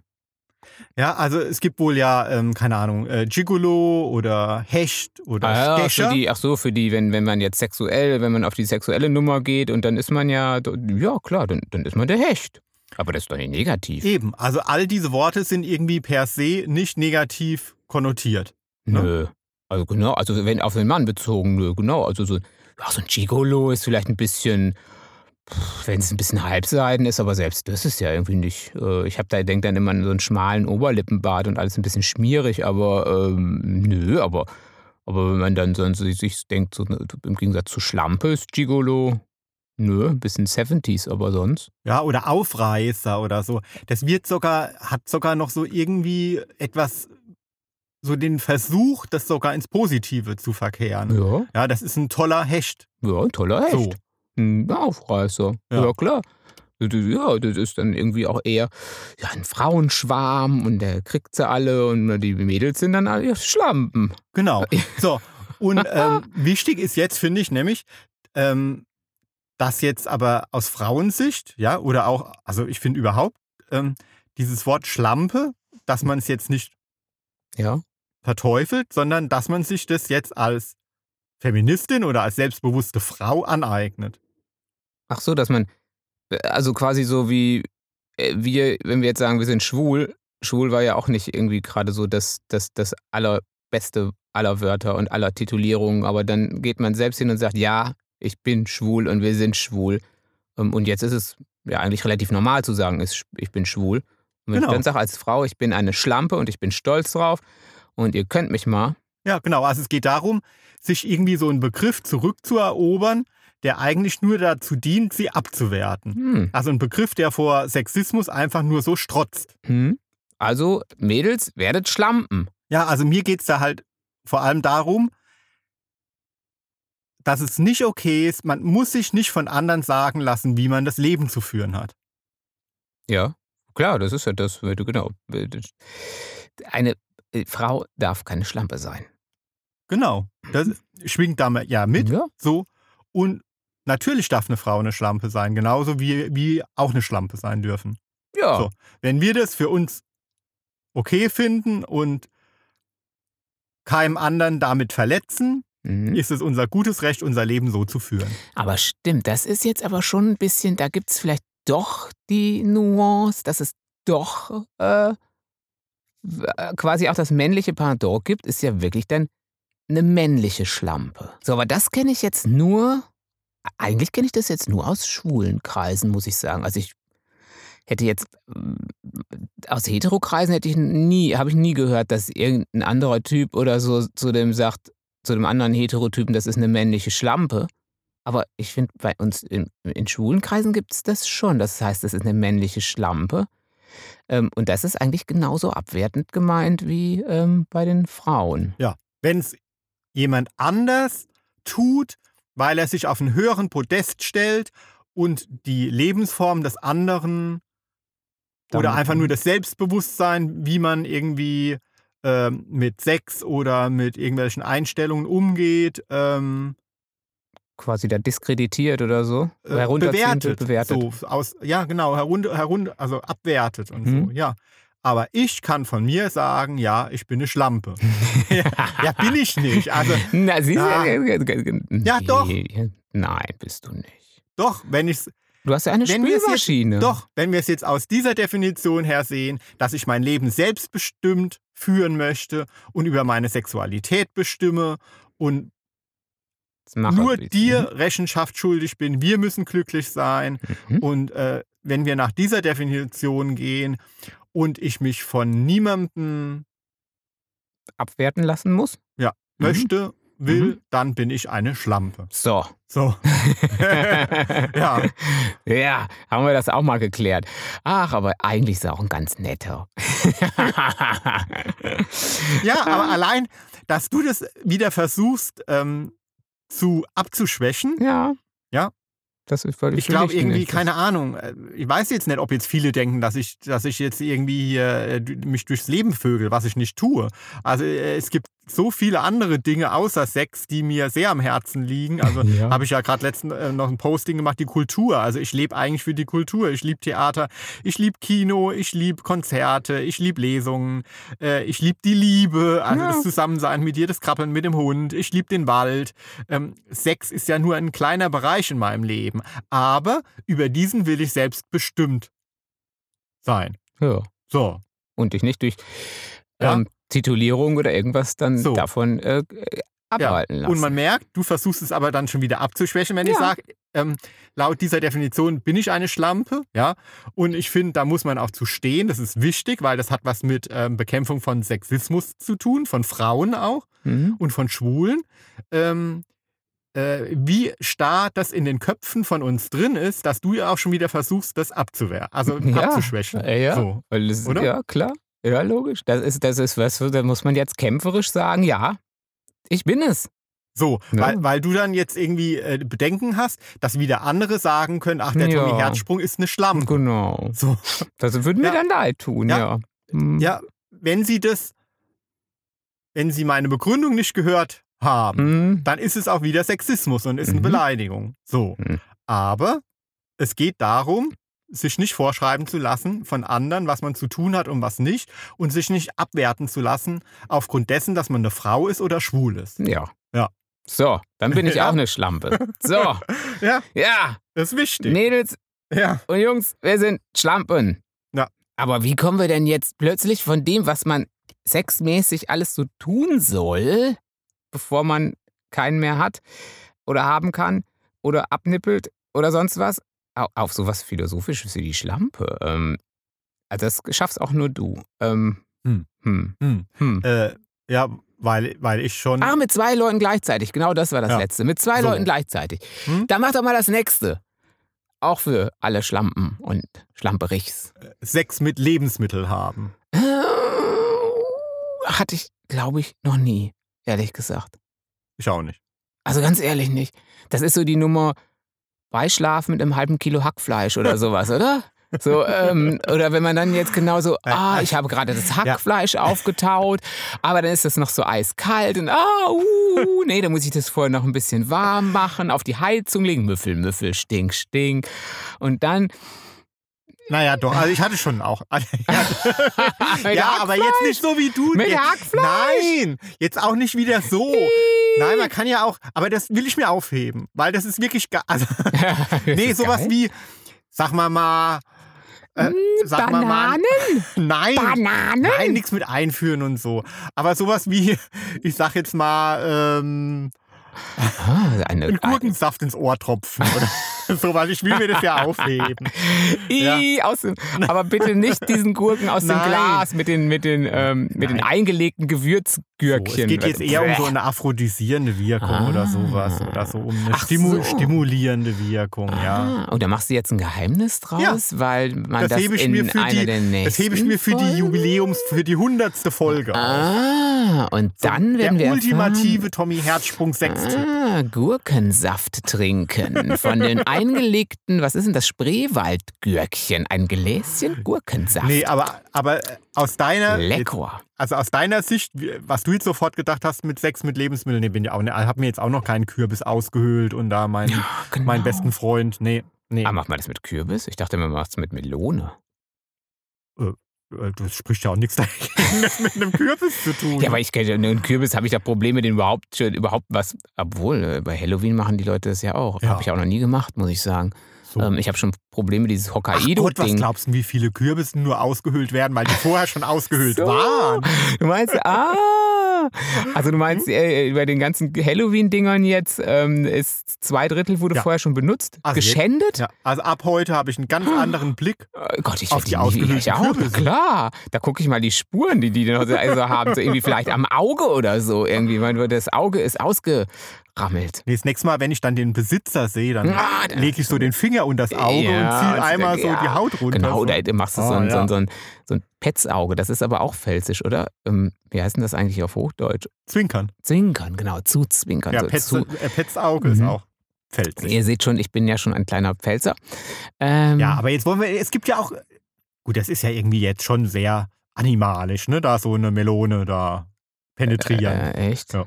Speaker 1: Ja, also es gibt wohl ja, ähm, keine Ahnung, äh, Gigolo oder Hecht oder
Speaker 2: Ah, ja, für
Speaker 1: Stecher.
Speaker 2: die, ach so, für die, wenn, wenn man jetzt sexuell, wenn man auf die sexuelle Nummer geht und dann ist man ja, ja klar, dann, dann ist man der Hecht. Aber das ist doch nicht negativ.
Speaker 1: Eben, also all diese Worte sind irgendwie per se nicht negativ konnotiert. Ne?
Speaker 2: Nö. Also genau, also wenn auf den Mann bezogen, nö, genau. Also so, ja, so ein Gigolo ist vielleicht ein bisschen, wenn es ein bisschen halbseiden ist, aber selbst das ist ja irgendwie nicht. Äh, ich habe da, denke dann immer an so einen schmalen Oberlippenbart und alles ein bisschen schmierig, aber ähm, nö, aber, aber wenn man dann sonst sich- sich denkt, so, ne, im Gegensatz zu Schlampe ist Gigolo, nö, ein bisschen 70s, aber sonst.
Speaker 1: Ja, oder Aufreißer oder so. Das wird sogar, hat sogar noch so irgendwie etwas, so den Versuch, das sogar ins Positive zu verkehren.
Speaker 2: Ja,
Speaker 1: Ja, das ist ein toller Hecht.
Speaker 2: ja, ein toller Hecht.
Speaker 1: So.
Speaker 2: ein Aufreißer.
Speaker 1: Ja.
Speaker 2: Ja, klar. Das ist- Ja, das ist dann irgendwie auch eher ja, ein Frauenschwarm und der kriegt sie alle und die Mädels sind dann alle ja, Schlampen.
Speaker 1: Genau. So, und ähm, wichtig ist jetzt, finde ich, nämlich, ähm, dass jetzt aber aus Frauensicht, ja, oder auch, also ich finde überhaupt, ähm, dieses Wort Schlampe, dass man es jetzt nicht
Speaker 2: Ja.
Speaker 1: verteufelt, sondern dass man sich das jetzt als Feministin oder als selbstbewusste Frau aneignet.
Speaker 2: Ach so, dass man, äh, also quasi so wie äh, wir, wenn wir jetzt sagen, wir sind schwul, schwul war ja auch nicht irgendwie gerade so das, das, das allerbeste aller Wörter und aller Titulierungen, aber dann geht man selbst hin und sagt, ja, ich bin schwul und wir sind schwul. Ähm, Und jetzt ist es ja eigentlich relativ normal zu sagen, ist- ich bin schwul. Und wenn
Speaker 1: Genau.
Speaker 2: ich dann sage als Frau, ich bin eine Schlampe und ich bin stolz drauf und ihr könnt mich mal,
Speaker 1: Ja, genau. Also es geht darum, sich irgendwie so einen Begriff zurückzuerobern, der eigentlich nur dazu dient, sie abzuwerten.
Speaker 2: hm,
Speaker 1: Also ein Begriff, der vor Sexismus einfach nur so strotzt.
Speaker 2: hm. Also, Mädels, werdet Schlampen.
Speaker 1: Ja, also mir geht's da halt vor allem darum, dass es nicht okay ist, man muss sich nicht von anderen sagen lassen, wie man das Leben zu führen hat.
Speaker 2: Ja, klar, das ist ja das, weil du- genau. Eine äh, Frau darf keine Schlampe sein.
Speaker 1: Genau. Das schwingt da ja mit.
Speaker 2: Ja,
Speaker 1: So. Und natürlich darf eine Frau eine Schlampe sein, genauso wie wir auch eine Schlampe sein dürfen.
Speaker 2: ja.
Speaker 1: So. Wenn wir das für uns okay finden und keinem anderen damit verletzen,
Speaker 2: Mhm.
Speaker 1: ist es unser gutes Recht, unser Leben so zu führen.
Speaker 2: Aber stimmt, das ist jetzt aber schon ein bisschen, da gibt es vielleicht doch die Nuance, dass es doch äh, w- äh, quasi auch das männliche Pendant gibt, ist ja wirklich dann eine männliche Schlampe. So, aber das kenne ich jetzt nur, eigentlich kenne ich das jetzt nur aus schwulen Kreisen, muss ich sagen. Also ich hätte jetzt ähm, aus Heterokreisen hätte ich nie, habe ich nie gehört, dass irgendein anderer Typ oder so zu dem sagt, zu dem anderen Heterotypen, das ist eine männliche Schlampe. Aber ich finde, bei uns in, in schwulen Kreisen gibt es das schon. Das heißt, das ist eine männliche Schlampe. Ähm, und das ist eigentlich genauso abwertend gemeint wie ähm, bei den Frauen.
Speaker 1: Wenn es jemand anders tut, weil er sich auf einen höheren Podest stellt und die Lebensform des anderen oder
Speaker 2: Damit-
Speaker 1: einfach nur das Selbstbewusstsein, wie man irgendwie ähm, mit Sex oder mit irgendwelchen Einstellungen umgeht, ähm,
Speaker 2: Quasi da diskreditiert oder so.
Speaker 1: äh,
Speaker 2: herunterziehend
Speaker 1: bewertet.
Speaker 2: bewertet.
Speaker 1: So, aus, ja, genau, herunter, herunter, also abwertet und so,
Speaker 2: Mhm.
Speaker 1: ja. Aber ich kann von mir sagen, ja, ich bin eine Schlampe. ja, bin ich nicht. Also
Speaker 2: Na, siehst du,
Speaker 1: Ah. Ja, doch.
Speaker 2: Nee. Nein, bist du nicht.
Speaker 1: doch, wenn ich
Speaker 2: Du hast ja eine
Speaker 1: Wenn wir's jetzt-
Speaker 2: Spülmaschine.
Speaker 1: Doch, wenn wir es jetzt aus dieser Definition her sehen, dass ich mein Leben selbstbestimmt führen möchte und über meine Sexualität bestimme und
Speaker 2: Das macht
Speaker 1: nur
Speaker 2: doch nichts.
Speaker 1: dir Rechenschaft schuldig bin, wir müssen glücklich sein.
Speaker 2: Mhm.
Speaker 1: Und äh, wenn wir nach dieser Definition gehen und ich mich von niemandem
Speaker 2: abwerten lassen muss. Mhm.
Speaker 1: Möchte, will, dann bin ich eine Schlampe.
Speaker 2: So.
Speaker 1: So.
Speaker 2: ja. ja, haben wir das auch mal geklärt. Ach, aber eigentlich ist er auch ein ganz netter.
Speaker 1: Ja, aber allein, dass du das wieder versuchst ähm, zu abzuschwächen,
Speaker 2: Ja.
Speaker 1: Ja.
Speaker 2: Das ist völlig
Speaker 1: Ich glaube
Speaker 2: richtig.
Speaker 1: irgendwie, keine Ahnung, äh, ich weiß jetzt nicht, ob jetzt viele denken, dass ich, dass ich jetzt irgendwie hier, äh, d- mich durchs Leben vögel, was ich nicht tue. Also äh, es gibt so viele andere Dinge außer Sex, die mir sehr am Herzen liegen. Also
Speaker 2: Ja.
Speaker 1: habe ich ja gerade letzten äh, noch ein Posting gemacht, die Kultur. Also ich lebe eigentlich für die Kultur. Ich liebe Theater, ich liebe Kino, ich liebe Konzerte, ich liebe Lesungen, äh, ich liebe die Liebe, also
Speaker 2: Ja.
Speaker 1: das Zusammensein mit dir, das Krabbeln mit dem Hund, ich liebe den Wald. Ähm, Sex ist ja nur ein kleiner Bereich in meinem Leben, aber über diesen will ich selbstbestimmt sein.
Speaker 2: ja.
Speaker 1: So,
Speaker 2: Und dich nicht durch
Speaker 1: Ja.
Speaker 2: ähm, Titulierung oder irgendwas dann
Speaker 1: So.
Speaker 2: davon äh, äh, abhalten lassen.
Speaker 1: Und man merkt, du versuchst es aber dann schon wieder abzuschwächen, wenn ich
Speaker 2: Ja.
Speaker 1: sage, ähm, laut dieser Definition bin ich eine Schlampe. Ja? Und ich finde, da muss man auch zu stehen. Das ist wichtig, weil das hat was mit ähm, Bekämpfung von Sexismus zu tun, von Frauen auch
Speaker 2: mhm.
Speaker 1: und von Schwulen. Ähm, äh, wie starr das in den Köpfen von uns drin ist, dass du ja auch schon wieder versuchst, das abzuwehren, also
Speaker 2: Ja.
Speaker 1: abzuschwächen.
Speaker 2: Äh, ja.
Speaker 1: So.
Speaker 2: Weil das,
Speaker 1: Oder?
Speaker 2: Ja, klar. Ja, logisch. Das ist, das ist was, da muss man jetzt kämpferisch sagen, ja, ich bin es.
Speaker 1: So,
Speaker 2: Ja.
Speaker 1: weil, weil du dann jetzt irgendwie äh, Bedenken hast, dass wieder andere sagen können, ach, der
Speaker 2: Ja.
Speaker 1: Tommy Herzsprung ist eine Schlampe.
Speaker 2: Genau.
Speaker 1: So,
Speaker 2: Das würde mir
Speaker 1: Ja.
Speaker 2: dann leid tun,
Speaker 1: Ja.
Speaker 2: ja. Hm.
Speaker 1: ja, wenn sie das, wenn sie meine Begründung nicht gehört haben,
Speaker 2: Hm.
Speaker 1: dann ist es auch wieder Sexismus und ist
Speaker 2: Mhm.
Speaker 1: eine Beleidigung. So.
Speaker 2: Mhm.
Speaker 1: Aber es geht darum, sich nicht vorschreiben zu lassen von anderen, was man zu tun hat und was nicht, und sich nicht abwerten zu lassen, aufgrund dessen, dass man eine Frau ist oder schwul ist.
Speaker 2: Ja.
Speaker 1: Ja.
Speaker 2: So, dann bin ich
Speaker 1: Ja.
Speaker 2: auch eine Schlampe. So,
Speaker 1: Ja,
Speaker 2: ja,
Speaker 1: das ist wichtig.
Speaker 2: Mädels
Speaker 1: Ja.
Speaker 2: und Jungs, wir sind Schlampen.
Speaker 1: Ja.
Speaker 2: Aber wie kommen wir denn jetzt plötzlich von dem, was man sexmäßig alles so tun soll, bevor man keinen mehr hat oder haben kann oder abnippelt oder sonst was, au- auf sowas Philosophisches wie die Schlampe? Ähm, also das schaffst auch nur du. Ähm,
Speaker 1: Hm.
Speaker 2: Hm.
Speaker 1: Hm.
Speaker 2: Hm.
Speaker 1: Äh, ja, weil, weil ich schon.
Speaker 2: Ach, mit zwei Leuten gleichzeitig. Genau das war das
Speaker 1: Ja.
Speaker 2: letzte. Mit zwei
Speaker 1: So.
Speaker 2: Leuten gleichzeitig.
Speaker 1: Hm?
Speaker 2: Dann mach doch mal das nächste. Auch für alle Schlampen und Schlamperichs.
Speaker 1: Sex mit Lebensmittel haben.
Speaker 2: Äh, Hatte ich, glaube ich, noch nie, ehrlich gesagt.
Speaker 1: Ich auch nicht.
Speaker 2: Also ganz ehrlich nicht. Das ist so die Nummer Beischlaf mit einem halben Kilo Hackfleisch oder sowas, oder? So, ähm, oder wenn man dann jetzt genau so, ah, ich habe gerade das Hackfleisch aufgetaut, aber dann ist das noch so eiskalt und ah, uh, nee, dann muss ich das vorher noch ein bisschen warm machen, auf die Heizung legen, Müffel, Müffel, Stink, Stink. Und dann,
Speaker 1: Naja, doch, also ich hatte schon auch.
Speaker 2: Mit
Speaker 1: ja, aber jetzt nicht so wie du.
Speaker 2: mit
Speaker 1: Jetzt-
Speaker 2: Hackfleisch.
Speaker 1: Nein, jetzt auch nicht wieder so. Nein, man kann ja auch, aber das will ich mir aufheben, weil das ist wirklich ge- also, Nee, sowas wie sag mal mal
Speaker 2: Hm,
Speaker 1: äh, sag mal mal
Speaker 2: Bananen,
Speaker 1: Nein.
Speaker 2: Bananen.
Speaker 1: Nein, nichts mit einführen und so. Aber sowas wie ich sag jetzt mal ähm,
Speaker 2: Ah, eine,
Speaker 1: einen Gurkensaft ins Ohr tropfen oder sowas. Ich will mir das ja aufheben.
Speaker 2: Ih, aus dem, aber bitte nicht diesen Gurken aus dem
Speaker 1: Nein.
Speaker 2: Glas mit den, mit den, ähm, mit den
Speaker 1: Nein.
Speaker 2: eingelegten
Speaker 1: So,
Speaker 2: Gewürzgürkchen.
Speaker 1: es geht jetzt eher um so eine aphrodisierende Wirkung oder sowas oder so um eine
Speaker 2: Ah. Ach
Speaker 1: Stimu
Speaker 2: so.
Speaker 1: stimulierende Wirkung, ja.
Speaker 2: Ah, und da machst du jetzt ein Geheimnis draus, weil man das,
Speaker 1: Das hebe ich
Speaker 2: in
Speaker 1: mir für
Speaker 2: einer
Speaker 1: die,
Speaker 2: der nächsten
Speaker 1: das hebe ich mir für die
Speaker 2: Folgen-
Speaker 1: Jubiläums, für die hundertste Folge. auf.
Speaker 2: Ah, und dann
Speaker 1: der
Speaker 2: werden wir
Speaker 1: ultimative Tommy Herzsprung
Speaker 2: erfahren,
Speaker 1: Sextipp.
Speaker 2: Ah, Gurkensaft trinken von den eingelegten, was ist denn das, Spreewaldgürkchen? Ein Gläschen Gurkensaft.
Speaker 1: Nee, aber, aber äh, aus deiner,
Speaker 2: Lecker.
Speaker 1: also aus deiner Sicht, wie- was du jetzt sofort gedacht hast mit Sex mit Lebensmitteln, nee, bin ich auch nicht, hab mir jetzt auch noch keinen Kürbis ausgehöhlt und da meinen,
Speaker 2: Genau.
Speaker 1: meinen besten Freund, nee, nee,
Speaker 2: Ah, macht man das mit Kürbis? Ich dachte, man macht es mit Melone.
Speaker 1: Oh, Äh, das spricht ja auch nichts dagegen, das mit einem Kürbis zu tun.
Speaker 2: Ja, aber ich kenne einen Kürbis, habe ich da Probleme, den überhaupt schon überhaupt was. Obwohl, äh, bei Halloween machen die Leute das ja auch.
Speaker 1: Ja.
Speaker 2: Habe ich auch noch nie gemacht, muss ich sagen.
Speaker 1: so.
Speaker 2: Ähm, ich habe schon Probleme, dieses
Speaker 1: Ach Gott, was
Speaker 2: Hokkaido-Ding.
Speaker 1: glaubst du, wie viele Kürbisse nur ausgehöhlt werden, weil die vorher schon ausgehöhlt
Speaker 2: So.
Speaker 1: waren?
Speaker 2: Du meinst, ah, Ah, also du
Speaker 1: Mhm.
Speaker 2: meinst, äh, bei den ganzen Halloween-Dingern jetzt ähm, ist zwei Drittel wurde
Speaker 1: Ja.
Speaker 2: vorher schon benutzt,
Speaker 1: Also jetzt-
Speaker 2: geschändet?
Speaker 1: Ja, also ab heute habe ich einen ganz anderen Blick.
Speaker 2: Äh, Gott, ich
Speaker 1: Auf die
Speaker 2: hätte nie-
Speaker 1: ausgelösten
Speaker 2: ich auch, na
Speaker 1: Kürbisse.
Speaker 2: klar. Da gucke ich mal die Spuren, die die dann so- also haben, so irgendwie vielleicht am Auge oder so irgendwie. Mein Gott, das Auge ist ausgerammelt.
Speaker 1: Nee, das nächste Mal, wenn ich dann den Besitzer sehe, dann
Speaker 2: Ah, da-
Speaker 1: lege ich so den Finger unter das Auge
Speaker 2: Ja,
Speaker 1: und
Speaker 2: also
Speaker 1: ziehe einmal
Speaker 2: der-
Speaker 1: so die
Speaker 2: ja,
Speaker 1: Haut runter.
Speaker 2: Genau,
Speaker 1: so.
Speaker 2: da machst du so,
Speaker 1: Ah,
Speaker 2: ein, so,
Speaker 1: ja.
Speaker 2: ein, so, ein, so ein Petzauge. Das ist aber auch pfälzisch, oder? Ähm, wie heißt denn das eigentlich auf Hochdeutsch?
Speaker 1: Zwinkern.
Speaker 2: Zwinkern, genau, zuzwinkern.
Speaker 1: Ja,
Speaker 2: so
Speaker 1: Petz,
Speaker 2: zu,
Speaker 1: äh, Petz Auge ist
Speaker 2: Mhm. Ähm.
Speaker 1: auch felzig.
Speaker 2: Ihr seht schon, ich bin ja schon ein kleiner Pfälzer. Ähm,
Speaker 1: Ja, aber jetzt wollen wir, es gibt ja auch, gut, das ist ja irgendwie jetzt schon sehr animalisch, ne? Da so eine Melone da penetrieren.
Speaker 2: Äh, echt?
Speaker 1: Ja.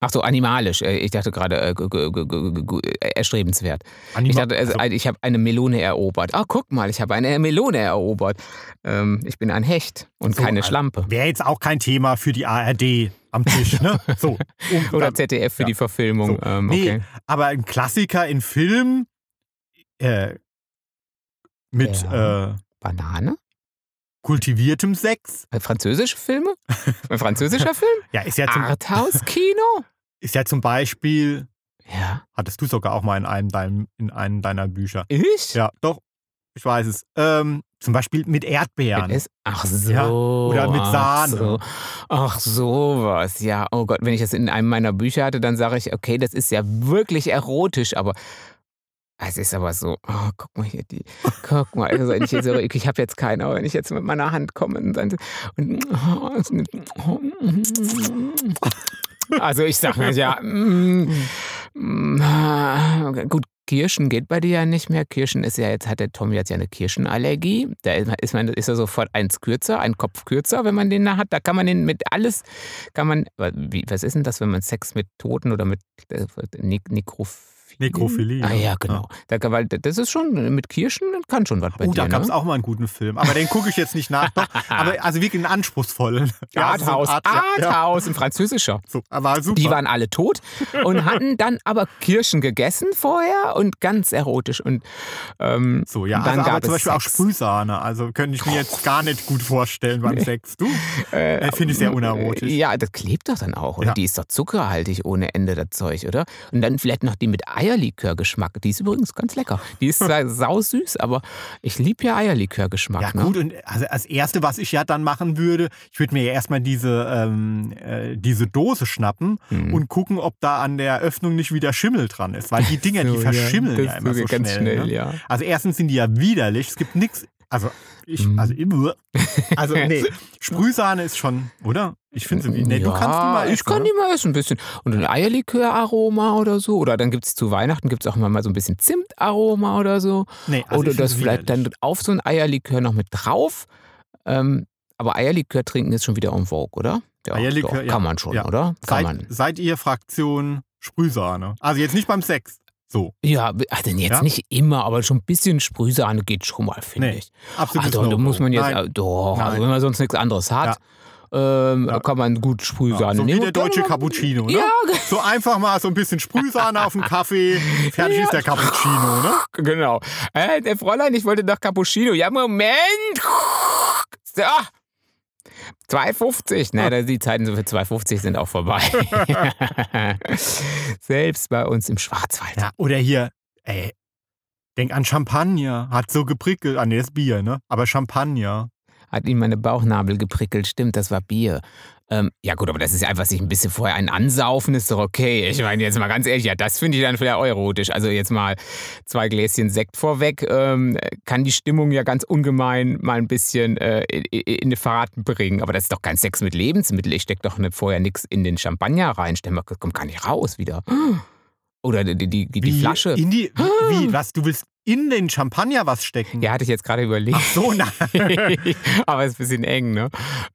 Speaker 2: Ach so, animalisch. Äh, Ich dachte gerade äh, gu- gu- gu- gu- gu- äh, erstrebenswert.
Speaker 1: Anima
Speaker 2: Ich dachte, also,
Speaker 1: also,
Speaker 2: ein- ich habe eine Melone erobert. Ah, guck mal, ich habe eine Melone erobert. Ähm, ich bin ein Hecht und
Speaker 1: So,
Speaker 2: keine
Speaker 1: also-
Speaker 2: Schlampe.
Speaker 1: Wäre jetzt auch kein Thema für die ARD am Tisch, ne? So. um-
Speaker 2: Oder
Speaker 1: da-
Speaker 2: ZDF für
Speaker 1: ja.
Speaker 2: die Verfilmung.
Speaker 1: So,
Speaker 2: Ähm,
Speaker 1: nee.
Speaker 2: okay.
Speaker 1: aber ein Klassiker in Film äh, mit
Speaker 2: Ja.
Speaker 1: äh,
Speaker 2: Banane?
Speaker 1: kultiviertem Sex.
Speaker 2: Äh, Französische Filme? Ein französischer Film?
Speaker 1: Ja, ist ja
Speaker 2: Ah.
Speaker 1: zum,
Speaker 2: Arthouse-Kino?
Speaker 1: ist ja zum Beispiel,
Speaker 2: Ja.
Speaker 1: hattest du sogar auch mal in einem, deinem, in einem deiner Bücher.
Speaker 2: Ich?
Speaker 1: Ja, doch, ich weiß es. Ähm, zum Beispiel mit Erdbeeren.
Speaker 2: Mit S? Ach so.
Speaker 1: Ja, oder mit
Speaker 2: ach
Speaker 1: Sahne.
Speaker 2: So. Ach sowas, ja. Oh Gott, wenn ich das in einem meiner Bücher hatte, dann sage ich, okay, das ist ja wirklich erotisch, aber es ist aber so, oh, guck mal hier, die, guck mal, also wenn ich, jetzt so- ich habe jetzt keinen, aber wenn ich jetzt mit meiner Hand komme und dann, und, oh, es mit, oh, mm. also ich sag mir, ja, mm, mm, ah, gut, Kirschen geht bei dir ja nicht mehr. Kirschen ist ja jetzt, hat der Tom jetzt ja eine Kirschenallergie. Da ist man- ist, man, ist er sofort eins kürzer, ein Kopf kürzer, wenn man den da hat. Da kann man den mit alles, kann man, wa- wie, was ist denn das, wenn man Sex mit Toten oder mit äh, Nik Nekrophilie?
Speaker 1: Nekrophilie,
Speaker 2: Ah
Speaker 1: ja.
Speaker 2: ja, genau. Da kann, weil das ist schon, mit Kirschen kann schon was bei
Speaker 1: oh,
Speaker 2: dir.
Speaker 1: da gab es
Speaker 2: ne?
Speaker 1: auch mal einen guten Film, aber den gucke ich jetzt nicht nach. Doch, aber also wirklich einen anspruchsvollen. Ja, so ein
Speaker 2: Arthouse,
Speaker 1: Art- ja, Ja,
Speaker 2: Arthouse, ein französischer.
Speaker 1: so, war super.
Speaker 2: Die waren alle tot und hatten dann aber Kirschen gegessen vorher und ganz erotisch. Und ähm,
Speaker 1: so, ja,
Speaker 2: dann
Speaker 1: also, aber
Speaker 2: gab
Speaker 1: zum
Speaker 2: es
Speaker 1: Beispiel auch
Speaker 2: Sex.
Speaker 1: Sprühsahne. Also könnte ich mir jetzt gar nicht gut vorstellen beim Sex. Du?
Speaker 2: äh,
Speaker 1: Äh, Finde ich sehr unerotisch.
Speaker 2: ja, das klebt doch dann auch, oder?
Speaker 1: Ja.
Speaker 2: Die ist doch zuckerhaltig ohne Ende, das Zeug, oder? Und dann vielleicht noch die mit Eierlikörgeschmack. Die ist übrigens ganz lecker. Die ist zwar sausüß, aber ich liebe ja Eierlikörgeschmack.
Speaker 1: Ja
Speaker 2: ne?
Speaker 1: gut, und also als erste, was ich ja dann machen würde, ich würde mir ja erstmal diese, ähm, äh, diese Dose schnappen
Speaker 2: Mhm.
Speaker 1: und gucken, ob da an der Öffnung nicht wieder Schimmel dran ist. Weil die Dinger, die
Speaker 2: So,
Speaker 1: verschimmeln ja,
Speaker 2: das
Speaker 1: immer so
Speaker 2: geht ganz
Speaker 1: schnell.
Speaker 2: schnell,
Speaker 1: ne?
Speaker 2: ja.
Speaker 1: Also erstens sind die ja widerlich, es gibt nichts. Also ich,
Speaker 2: Mhm.
Speaker 1: also immer. Also nee, Sprühsahne ist schon, oder? Ich finde sie wie. Nee, du kannst die
Speaker 2: Äh, Ja,
Speaker 1: mal
Speaker 2: Ich
Speaker 1: essen,
Speaker 2: kann
Speaker 1: ne?
Speaker 2: die mal essen, ein bisschen. Und ein Eierliköraroma oder so. Oder dann gibt es zu Weihnachten gibt's auch immer mal so ein bisschen Zimtaroma oder so.
Speaker 1: Nee, also
Speaker 2: oder
Speaker 1: ich find
Speaker 2: das
Speaker 1: sie
Speaker 2: vielleicht
Speaker 1: widerlich.
Speaker 2: dann auf so ein Eierlikör noch mit drauf. Ähm, aber Eierlikör trinken ist schon wieder en vogue, oder? Ja,
Speaker 1: Eierlikör,
Speaker 2: doch,
Speaker 1: ja.
Speaker 2: Kann man schon,
Speaker 1: Ja.
Speaker 2: oder?
Speaker 1: Seid,
Speaker 2: Kann man.
Speaker 1: seid ihr Fraktion Sprühsahne? Also jetzt nicht beim Sex. So,
Speaker 2: Ja, also jetzt
Speaker 1: Ja?
Speaker 2: nicht immer, aber schon ein bisschen Sprühsahne geht schon mal, finde
Speaker 1: Nee.
Speaker 2: ich.
Speaker 1: absolut.
Speaker 2: Also da muss man jetzt,
Speaker 1: Nein.
Speaker 2: äh, doch, also
Speaker 1: Nein.
Speaker 2: wenn man sonst nichts anderes hat, Ähm,
Speaker 1: Ja.
Speaker 2: kann man gut
Speaker 1: Ja,
Speaker 2: Sprühsahne
Speaker 1: so wie
Speaker 2: nehmen.
Speaker 1: der
Speaker 2: und dann
Speaker 1: deutsche
Speaker 2: mal-
Speaker 1: Cappuccino, ne?
Speaker 2: Ja,
Speaker 1: So einfach mal so ein bisschen Sprühsahne auf den Kaffee, fertig
Speaker 2: Ja.
Speaker 1: ist der Cappuccino, ne?
Speaker 2: Genau. Äh, der Fräulein, ich wollte doch Cappuccino. Ja, Moment. So. 2,50. Na, da- die Zeiten so für 2,50 sind auch vorbei. Selbst bei uns im Schwarzwald.
Speaker 1: Ja, oder hier, ey, denk an Champagner, hat so geprickelt, an das Bier, ne? Aber Champagner.
Speaker 2: Hat ihm meine Bauchnabel geprickelt. Stimmt, das war Bier. Ähm, ja gut, aber das ist ja einfach sich ein bisschen vorher einen ansaufen, ist doch okay. Ich meine, jetzt mal ganz ehrlich, ja, das finde ich dann vielleicht auch erotisch. Also jetzt mal zwei Gläschen Sekt vorweg, ähm, kann die Stimmung ja ganz ungemein mal ein bisschen äh, in, in eine Verraten bringen. Aber das ist doch kein Sex mit Lebensmitteln. Ich stecke doch nicht vorher nichts in den Champagner rein. Stell mal, das kommt gar nicht raus wieder. Oder die, die, die, die
Speaker 1: Wie,
Speaker 2: Flasche.
Speaker 1: In die, wie, wie, was, du willst in den Champagner was stecken?
Speaker 2: Ja, hatte ich jetzt gerade überlegt.
Speaker 1: Ach so, na.
Speaker 2: aber ist ein bisschen eng, ne?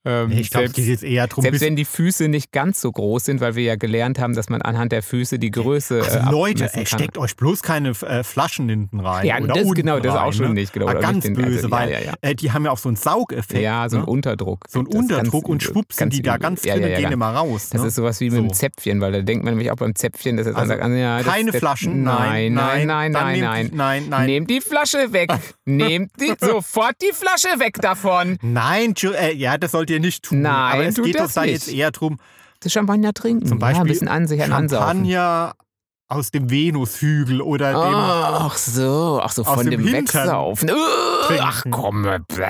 Speaker 2: Ähm,
Speaker 1: Nee, ich glaube, es
Speaker 2: selbst-
Speaker 1: geht jetzt eher drum,
Speaker 2: Selbst
Speaker 1: bis,
Speaker 2: wenn die Füße nicht ganz so groß sind, weil wir ja gelernt haben, dass man anhand der Füße die Größe.
Speaker 1: also
Speaker 2: äh,
Speaker 1: Leute,
Speaker 2: abmessen
Speaker 1: ey,
Speaker 2: kann.
Speaker 1: steckt euch bloß keine äh, Flaschen hinten rein.
Speaker 2: Ja,
Speaker 1: oder
Speaker 2: das
Speaker 1: unten
Speaker 2: genau, das
Speaker 1: rein,
Speaker 2: auch schon
Speaker 1: ne?
Speaker 2: nicht, genau.
Speaker 1: Ah,
Speaker 2: oder
Speaker 1: ganz
Speaker 2: nicht den-
Speaker 1: böse,
Speaker 2: also,
Speaker 1: weil
Speaker 2: Ja, ja,
Speaker 1: Äh, die haben ja auch so einen
Speaker 2: ja.
Speaker 1: Saugeffekt.
Speaker 2: ja so ein
Speaker 1: ne?
Speaker 2: Unterdruck.
Speaker 1: so ein
Speaker 2: Das ist ganz
Speaker 1: Unterdruck und
Speaker 2: übel,
Speaker 1: schwupsen die da
Speaker 2: übel.
Speaker 1: ganz
Speaker 2: Ja,
Speaker 1: drin
Speaker 2: ja,
Speaker 1: und
Speaker 2: ja,
Speaker 1: gehen
Speaker 2: ganz-
Speaker 1: immer raus.
Speaker 2: Das
Speaker 1: ne?
Speaker 2: ist sowas wie mit
Speaker 1: So.
Speaker 2: dem Zäpfchen, weil da denkt man nämlich auch beim Zäpfchen, dass
Speaker 1: Also,
Speaker 2: ja, das
Speaker 1: Keine
Speaker 2: der-
Speaker 1: Flaschen, nein,
Speaker 2: nein, nein, nein,
Speaker 1: dann
Speaker 2: nein,
Speaker 1: nehmt die- nein,
Speaker 2: nein.
Speaker 1: nein, Nein.
Speaker 2: Nehmt die Flasche weg. Nehmt die, sofort die Flasche weg davon.
Speaker 1: Nein, Ju- äh, ja, das sollt ihr nicht tun.
Speaker 2: Nein,
Speaker 1: aber es
Speaker 2: tut
Speaker 1: geht doch
Speaker 2: das
Speaker 1: da
Speaker 2: nicht.
Speaker 1: jetzt eher drum,
Speaker 2: Das Champagner trinken.
Speaker 1: Zum
Speaker 2: ja,
Speaker 1: Beispiel
Speaker 2: ein bisschen ansichern, ansaufen.
Speaker 1: Champagner aus dem Venushügel oder dem.
Speaker 2: Ach so, ach so,
Speaker 1: Aus
Speaker 2: von
Speaker 1: dem
Speaker 2: dem
Speaker 1: Hintern
Speaker 2: Wegsaufen. Äh, Ach
Speaker 1: trinken.
Speaker 2: komm, äh, bleh.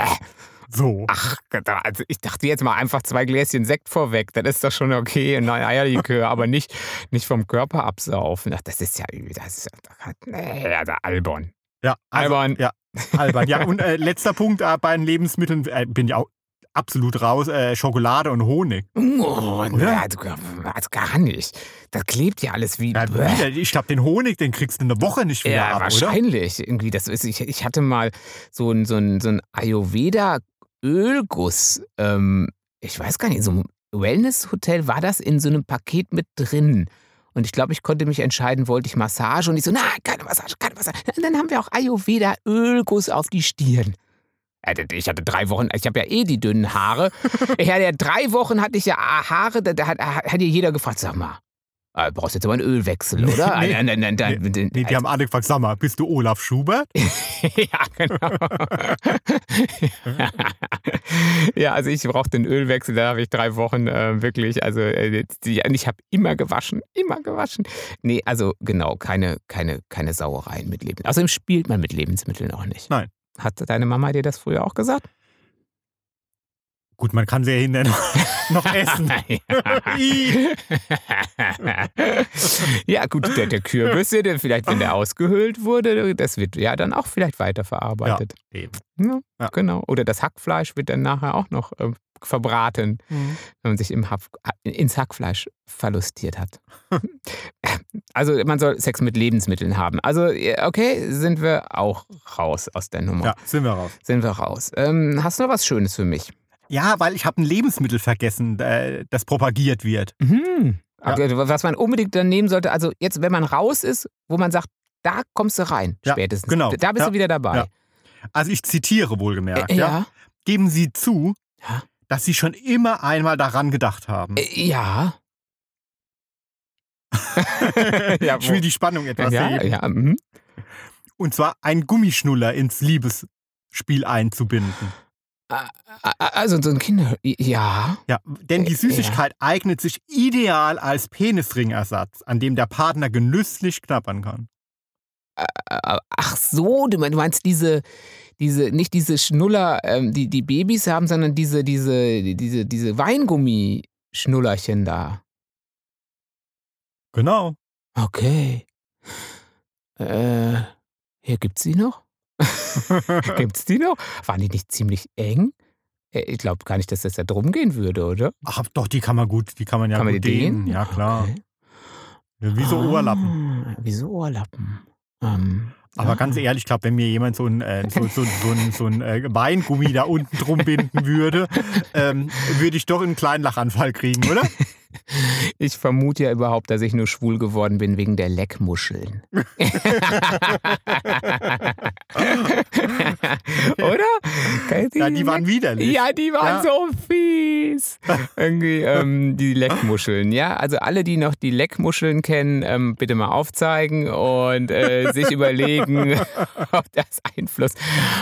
Speaker 1: So.
Speaker 2: ach, da- also ich dachte jetzt mal einfach zwei Gläschen Sekt vorweg, dann ist das schon okay, nein, Eierlikör, aber nicht, nicht vom Körper absaufen. Ach, das ist ja, übel, das ist ja, nee, also albern.
Speaker 1: Ja, also,
Speaker 2: Albern.
Speaker 1: Ja, albern. Ja, und äh, letzter Punkt äh, bei den Lebensmitteln äh, bin ich auch absolut raus. Äh, Schokolade und Honig.
Speaker 2: Oh,
Speaker 1: Oder?
Speaker 2: ne, also, also gar nicht. Das klebt ja alles wie.
Speaker 1: Ja, Äh, wieder, ich glaube, den Honig, den kriegst du in der Woche nicht wieder
Speaker 2: Ja,
Speaker 1: ab, oder?
Speaker 2: wahrscheinlich. Irgendwie, das ist, ich, ich hatte mal so ein, so ein, so ein Ayurveda-Ölguss. Ähm, ich weiß gar nicht, in so einem Wellness-Hotel war das in so einem Paket mit drin. Und ich glaube, ich konnte mich entscheiden, wollte ich Massage? Und ich so, nein, keine Massage, keine Massage. Und dann haben wir auch Ayurveda-Ölguss auf die Stirn. Äh, das- Ich hatte drei Wochen, ich habe ja eh die dünnen Haare. Ich hatte ja drei Wochen, hatte ich ja ah, Haare, da, da hat, hat ja jeder gefragt, sag mal, äh, brauchst jetzt aber einen Ölwechsel,
Speaker 1: Nee,
Speaker 2: oder?
Speaker 1: nee.
Speaker 2: Nein, nein, nein, nein, nein,
Speaker 1: Nee, die haben alle gefragt, sag mal, bist du Olaf Schubert?
Speaker 2: ja, genau. ja, also ich brauchte einen Ölwechsel, da habe ich drei Wochen äh, wirklich, also äh, die, und ich habe immer gewaschen, immer gewaschen. Nee, also genau, keine, keine, keine Sauereien mit Lebensmitteln. Außerdem spielt man mit Lebensmitteln auch nicht.
Speaker 1: Nein.
Speaker 2: Hat deine Mama dir das früher auch gesagt?
Speaker 1: Gut, man kann sie ja hinterher noch- noch essen. I.
Speaker 2: ja, gut, der, der Kürbis, der, vielleicht, wenn der ausgehöhlt wurde, das wird ja dann auch vielleicht weiterverarbeitet.
Speaker 1: Eben.
Speaker 2: Ja,
Speaker 1: Ja.
Speaker 2: genau. Oder das Hackfleisch wird dann nachher auch noch ähm, verbraten,
Speaker 1: Mhm.
Speaker 2: wenn man sich im Hack, ins Hackfleisch verlustiert hat. also man soll Sex mit Lebensmitteln haben. Also ja, okay, sind wir auch raus aus der Nummer.
Speaker 1: Ja, sind wir raus.
Speaker 2: Sind wir raus. Ähm, hast du noch was Schönes für mich?
Speaker 1: Ja, weil ich habe ein Lebensmittel vergessen, äh, das propagiert wird.
Speaker 2: Mhm.
Speaker 1: Ja.
Speaker 2: Okay, Was man unbedingt dann nehmen sollte, also jetzt, wenn man raus ist, wo man sagt, da kommst du rein,
Speaker 1: Ja,
Speaker 2: spätestens.
Speaker 1: genau.
Speaker 2: Da bist
Speaker 1: Ja,
Speaker 2: du wieder dabei.
Speaker 1: ja. Also ich zitiere wohlgemerkt.
Speaker 2: Äh,
Speaker 1: ja.
Speaker 2: ja.
Speaker 1: Geben Sie zu,
Speaker 2: Ja.
Speaker 1: dass Sie schon immer einmal daran gedacht haben.
Speaker 2: Äh, ja. Äh, Ja,
Speaker 1: ich will
Speaker 2: wo-
Speaker 1: die Spannung etwas
Speaker 2: ja,
Speaker 1: heben.
Speaker 2: ja, mhm.
Speaker 1: Und zwar einen Gummischnuller ins Liebesspiel einzubinden.
Speaker 2: Ah, ah, Also so ein Kinder. Ja.
Speaker 1: Ja, denn die
Speaker 2: Äh,
Speaker 1: Süßigkeit eignet sich ideal als Penisringersatz, an dem der Partner genüsslich knabbern kann.
Speaker 2: Ah, Ach so, du mein- du meinst diese, diese, nicht diese Schnuller, ähm, die die Babys haben, sondern diese, diese, diese, diese Weingummi-Schnullerchen da.
Speaker 1: Genau.
Speaker 2: Okay. Äh, hier gibt's die noch? gibt's die noch? Waren die nicht ziemlich eng? Äh, Ich glaube gar nicht, dass das da drum gehen würde, oder?
Speaker 1: Ach doch, die kann man gut, die kann man ja
Speaker 2: Kann man die
Speaker 1: gut dehnen.
Speaker 2: dehnen?
Speaker 1: Ja, klar.
Speaker 2: Okay.
Speaker 1: Ja, wie so Ohrlappen.
Speaker 2: Ah, wie so Ohrlappen. Ähm,
Speaker 1: Aber
Speaker 2: ja.
Speaker 1: ganz e- ehrlich, ich glaube, wenn mir jemand so ein, äh, so, so, so ein, so ein äh, Weingummi da unten drum binden würde, ähm, würde ich doch einen kleinen Lachanfall kriegen, oder?
Speaker 2: Ich vermute ja überhaupt, dass ich nur schwul geworden bin wegen der Leckmuscheln. Oder? Kann ich
Speaker 1: Ja, die waren widerlich.
Speaker 2: Ja, die
Speaker 1: Ja.
Speaker 2: waren so fies. Irgendwie, ähm, die Leckmuscheln, ja. Also alle, die noch die Leckmuscheln kennen, ähm, bitte mal aufzeigen und äh, sich überlegen, ob das Einfluss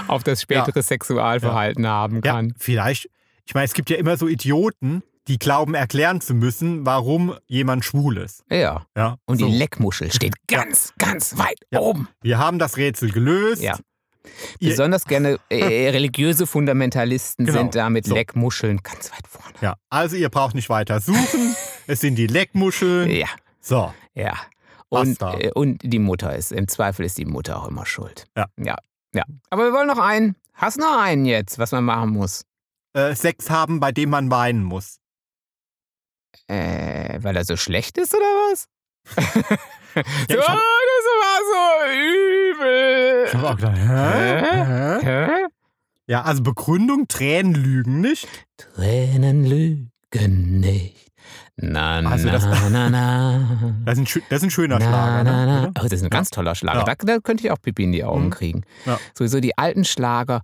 Speaker 2: auf das spätere Sexualverhalten haben
Speaker 1: Ja,
Speaker 2: kann.
Speaker 1: vielleicht. Ich meine, es gibt ja immer so Idioten, die glauben, erklären zu müssen, warum jemand schwul ist.
Speaker 2: Ja.
Speaker 1: Ja,
Speaker 2: Und
Speaker 1: so.
Speaker 2: die Leckmuschel steht ganz, ganz weit
Speaker 1: Ja.
Speaker 2: oben.
Speaker 1: Wir haben das Rätsel gelöst.
Speaker 2: Ja.
Speaker 1: Ihr-
Speaker 2: Besonders gerne äh, religiöse Fundamentalisten
Speaker 1: Genau.
Speaker 2: sind da mit
Speaker 1: So.
Speaker 2: Leckmuscheln ganz weit vorne.
Speaker 1: ja. Also ihr braucht nicht weiter suchen. es sind die Leckmuscheln.
Speaker 2: Ja,
Speaker 1: So,
Speaker 2: ja. Und,
Speaker 1: Basta.
Speaker 2: äh, und die Mutter ist, im Zweifel ist die Mutter auch immer schuld.
Speaker 1: Ja.
Speaker 2: Ja, ja. Aber wir wollen noch einen. Hast noch einen jetzt, was man machen muss?
Speaker 1: äh, Sex haben, bei dem man weinen muss.
Speaker 2: Äh, weil er so schlecht ist oder was?
Speaker 1: Ja,
Speaker 2: so,
Speaker 1: ich
Speaker 2: das
Speaker 1: hab-
Speaker 2: war so übel.
Speaker 1: auch gedacht, hä? Hä?
Speaker 2: Hä?
Speaker 1: Ja, also Begründung, Tränen lügen nicht.
Speaker 2: Tränen lügen nicht. Na,
Speaker 1: Also
Speaker 2: na,
Speaker 1: das-
Speaker 2: na, na.
Speaker 1: Das ist ein, schö- das ist ein schöner Schlager.
Speaker 2: Na,
Speaker 1: ne?
Speaker 2: na, na.
Speaker 1: Oder?
Speaker 2: Oh, das ist ein ganz toller Schlager.
Speaker 1: Ja.
Speaker 2: Da, da könnte ich auch Pipi in die Augen
Speaker 1: Mhm.
Speaker 2: kriegen.
Speaker 1: Ja.
Speaker 2: Sowieso die alten Schlager,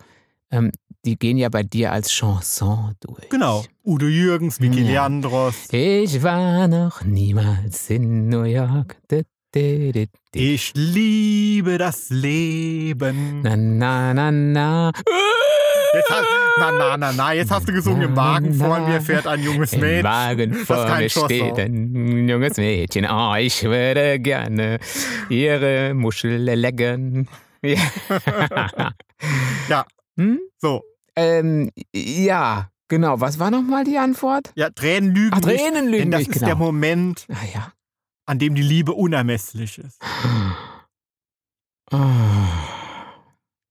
Speaker 2: ähm, die gehen ja bei dir als Chanson durch.
Speaker 1: Genau. Udo Jürgens, Vicky
Speaker 2: Ja.
Speaker 1: Leandros.
Speaker 2: Ich war noch niemals in New York.
Speaker 1: Ich liebe das Leben.
Speaker 2: Na, na, na, na.
Speaker 1: Jetzt hast, na, na, na, na, jetzt hast du gesungen, im Wagen vor mir fährt ein junges
Speaker 2: Im
Speaker 1: Mädchen.
Speaker 2: Wagen
Speaker 1: Das ist
Speaker 2: vor
Speaker 1: kein
Speaker 2: mir
Speaker 1: Schosso.
Speaker 2: steht ein junges Mädchen. Oh, ich würde gerne ihre Muschel lecken. Ja.
Speaker 1: Ja.
Speaker 2: Hm?
Speaker 1: So,
Speaker 2: Ähm, ja, genau. Was war nochmal die Antwort?
Speaker 1: ja, Tränen lügen
Speaker 2: Ach,
Speaker 1: nicht.
Speaker 2: Tränen lügen
Speaker 1: Denn das
Speaker 2: nicht,
Speaker 1: ist
Speaker 2: genau.
Speaker 1: der Moment,
Speaker 2: ah, ja.
Speaker 1: an dem die Liebe unermesslich ist.
Speaker 2: Ah.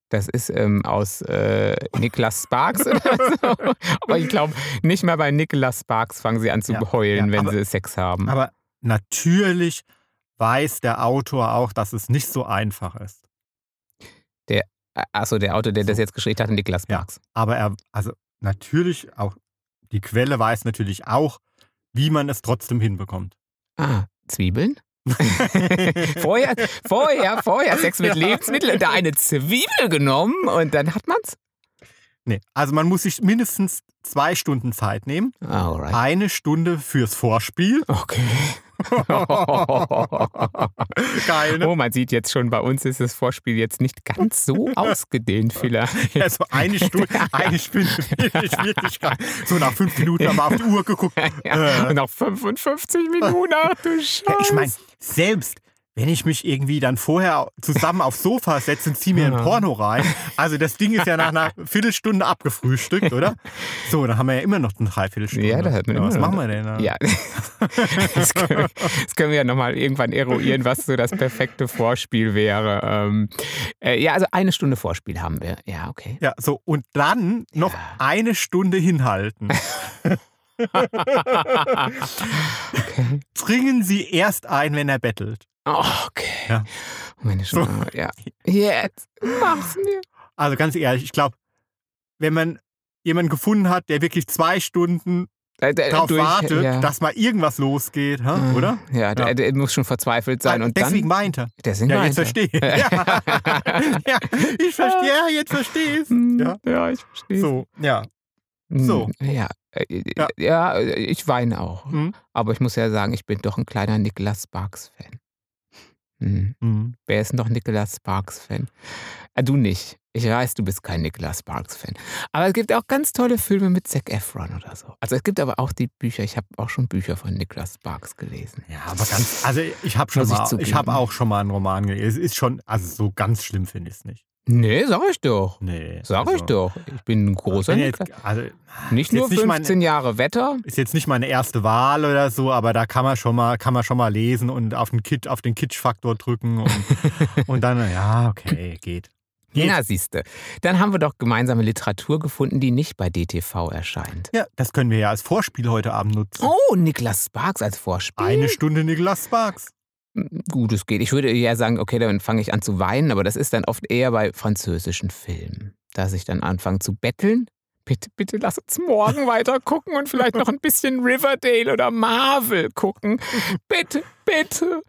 Speaker 2: Das ist ähm, aus äh, Niklas Sparks oder so. Aber ich glaube, nicht mal bei Niklas Sparks fangen sie an zu
Speaker 1: Ja,
Speaker 2: heulen,
Speaker 1: ja,
Speaker 2: wenn
Speaker 1: aber-
Speaker 2: sie Sex haben.
Speaker 1: Aber natürlich weiß der Autor auch, dass es nicht so einfach ist.
Speaker 2: Achso, Ah, der Autor, der das
Speaker 1: So.
Speaker 2: jetzt geschrieben hat, Niklas
Speaker 1: Ja.
Speaker 2: Sparks.
Speaker 1: Aber er, also natürlich auch, die Quelle weiß natürlich auch, wie man es trotzdem hinbekommt.
Speaker 2: Ah, Zwiebeln? vorher, vorher, vorher Sex mit
Speaker 1: Ja.
Speaker 2: Lebensmitteln und da eine Zwiebel genommen und dann hat man's.
Speaker 1: Nee, also man muss sich mindestens zwei Stunden Zeit nehmen.
Speaker 2: Alright.
Speaker 1: Eine Stunde fürs Vorspiel.
Speaker 2: Okay.
Speaker 1: Geil, ne?
Speaker 2: Oh, man sieht jetzt schon, bei uns ist das Vorspiel jetzt nicht ganz so ausgedehnt vielleicht.
Speaker 1: Also eine Stunde, eine Stunde Schwierigkeit. So nach fünf Minuten haben wir auf die Uhr geguckt.
Speaker 2: Ja,
Speaker 1: Äh.
Speaker 2: noch 55 Minuten, ach du Scheiße.
Speaker 1: Ja, ich meine, selbst wenn ich mich irgendwie dann vorher zusammen aufs Sofa setze und ziehe mir ein
Speaker 2: Ja.
Speaker 1: Porno rein, also das Ding ist ja nach einer Viertelstunde abgefrühstückt, oder? So, dann haben wir ja immer noch eine Dreiviertelstunde.
Speaker 2: Ja, da hat man immer
Speaker 1: Was
Speaker 2: noch-
Speaker 1: machen wir denn da?
Speaker 2: Ja, das können, wir- das können wir ja nochmal irgendwann eruieren, was so das perfekte Vorspiel wäre. Ähm, äh, ja, also eine Stunde Vorspiel haben wir. Ja, okay.
Speaker 1: Ja, so, und dann noch
Speaker 2: Ja.
Speaker 1: eine Stunde hinhalten.
Speaker 2: okay.
Speaker 1: Dringen Sie erst ein, wenn er bettelt.
Speaker 2: Oh, okay.
Speaker 1: Ja.
Speaker 2: Meine Schule, ja. Jetzt mach's mir.
Speaker 1: Also ganz ehrlich, ich glaube, wenn man jemanden gefunden hat, der wirklich zwei Stunden
Speaker 2: Äh, d-
Speaker 1: darauf
Speaker 2: durch-
Speaker 1: wartet,
Speaker 2: ja. Mhm.
Speaker 1: dass mal irgendwas losgeht, hä? oder?
Speaker 2: Ja, der,
Speaker 1: Ja. Ah,
Speaker 2: der muss schon verzweifelt sein. Und
Speaker 1: Deswegen
Speaker 2: dann,
Speaker 1: meint er.
Speaker 2: deswegen
Speaker 1: Ja,
Speaker 2: weint
Speaker 1: jetzt verstehe
Speaker 2: er.
Speaker 1: ich. Ja. ja, ich verstehe, ja, jetzt verstehe ich
Speaker 2: Hm,
Speaker 1: Ja.
Speaker 2: ja, ich verstehe.
Speaker 1: So, ja.
Speaker 2: Hm,
Speaker 1: So.
Speaker 2: Ja, äh,
Speaker 1: Ja.
Speaker 2: ja. äh, ich weine auch.
Speaker 1: Hm.
Speaker 2: Aber ich muss ja sagen, ich bin doch ein kleiner Nicolas Sparks-Fan. Hm. Wer ist noch Nicolas Sparks-Fan? Ah, du nicht. Ich weiß, du bist kein Nicolas Sparks-Fan. Aber es gibt auch ganz tolle Filme mit Zac Efron oder so. Also es gibt aber auch die Bücher. Ich habe auch schon Bücher von Nicolas Sparks gelesen.
Speaker 1: Ja, aber ganz, also ich habe schon
Speaker 2: Muss ich
Speaker 1: mal, ich
Speaker 2: zugeben.
Speaker 1: habe auch schon mal einen Roman gelesen. Es ist schon, also so ganz schlimm finde ich es nicht.
Speaker 2: Nee, sag ich doch.
Speaker 1: Nee.
Speaker 2: Sag
Speaker 1: also,
Speaker 2: ich doch. Ich bin ein großer
Speaker 1: wenn
Speaker 2: Nicolas.
Speaker 1: jetzt, also,
Speaker 2: Nicht
Speaker 1: ist jetzt
Speaker 2: nur
Speaker 1: nicht
Speaker 2: 15
Speaker 1: meine-
Speaker 2: Jahre Wetter.
Speaker 1: ist jetzt nicht meine erste Wahl oder so, aber da kann man schon mal, kann man schon mal lesen und auf den Kitsch, auf den Kitsch-Faktor drücken und, und dann, ja, okay, geht. Geht.
Speaker 2: Na, siehste. Dann haben wir doch gemeinsame Literatur gefunden, die nicht bei DTV erscheint.
Speaker 1: Ja, das können wir ja als Vorspiel heute Abend nutzen.
Speaker 2: Oh, Niklas Sparks als Vorspiel. Hm,
Speaker 1: Eine Stunde Nicolas Sparks.
Speaker 2: Gut, es geht. Ich würde eher sagen, okay, dann fange ich an zu weinen, aber das ist dann oft eher bei französischen Filmen, dass ich dann anfange zu betteln. Bitte, bitte lass uns morgen weiter gucken und vielleicht noch ein bisschen Riverdale oder Marvel gucken. Bitte, bitte.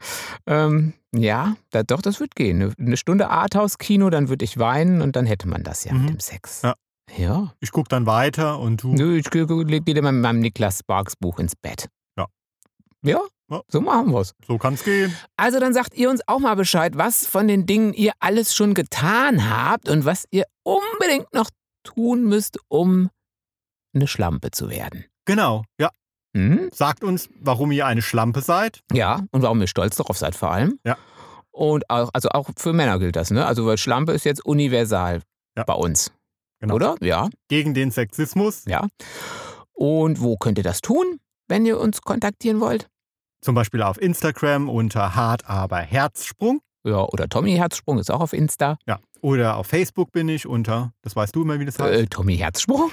Speaker 2: Ähm, ja, da, doch, das wird gehen. Eine- Eine Stunde Arthouse-Kino, dann würde ich weinen und dann hätte man das ja
Speaker 1: Mhm.
Speaker 2: mit dem Sex.
Speaker 1: Ja.
Speaker 2: ja.
Speaker 1: Ich gucke dann weiter und du.
Speaker 2: Nö, ich leg dir mal mit meinem Niklas Sparks Buch ins Bett.
Speaker 1: Ja.
Speaker 2: Ja,
Speaker 1: Ja.
Speaker 2: so machen wir's.
Speaker 1: So kann's gehen.
Speaker 2: Also dann sagt ihr uns auch mal Bescheid, was von den Dingen ihr alles schon getan habt und was ihr unbedingt noch tun müsst, um eine Schlampe zu werden.
Speaker 1: Genau. Ja,
Speaker 2: Hm?
Speaker 1: sagt uns, warum ihr eine Schlampe seid.
Speaker 2: Ja, und warum ihr stolz darauf seid vor allem.
Speaker 1: Ja.
Speaker 2: Und auch, also auch für Männer gilt das, ne? Also weil Schlampe ist jetzt universal
Speaker 1: Ja.
Speaker 2: bei uns.
Speaker 1: Genau.
Speaker 2: Oder? Ja,
Speaker 1: Gegen den Sexismus.
Speaker 2: ja. Und wo könnt ihr das tun, wenn ihr uns kontaktieren wollt?
Speaker 1: Zum Beispiel auf Instagram unter Hart aber Herzsprung.
Speaker 2: Ja, oder Tommy Herzsprung ist auch auf Insta.
Speaker 1: Ja. Oder auf Facebook bin ich unter, das weißt du immer, wie das heißt.
Speaker 2: Äh, Tommy Herzsprung?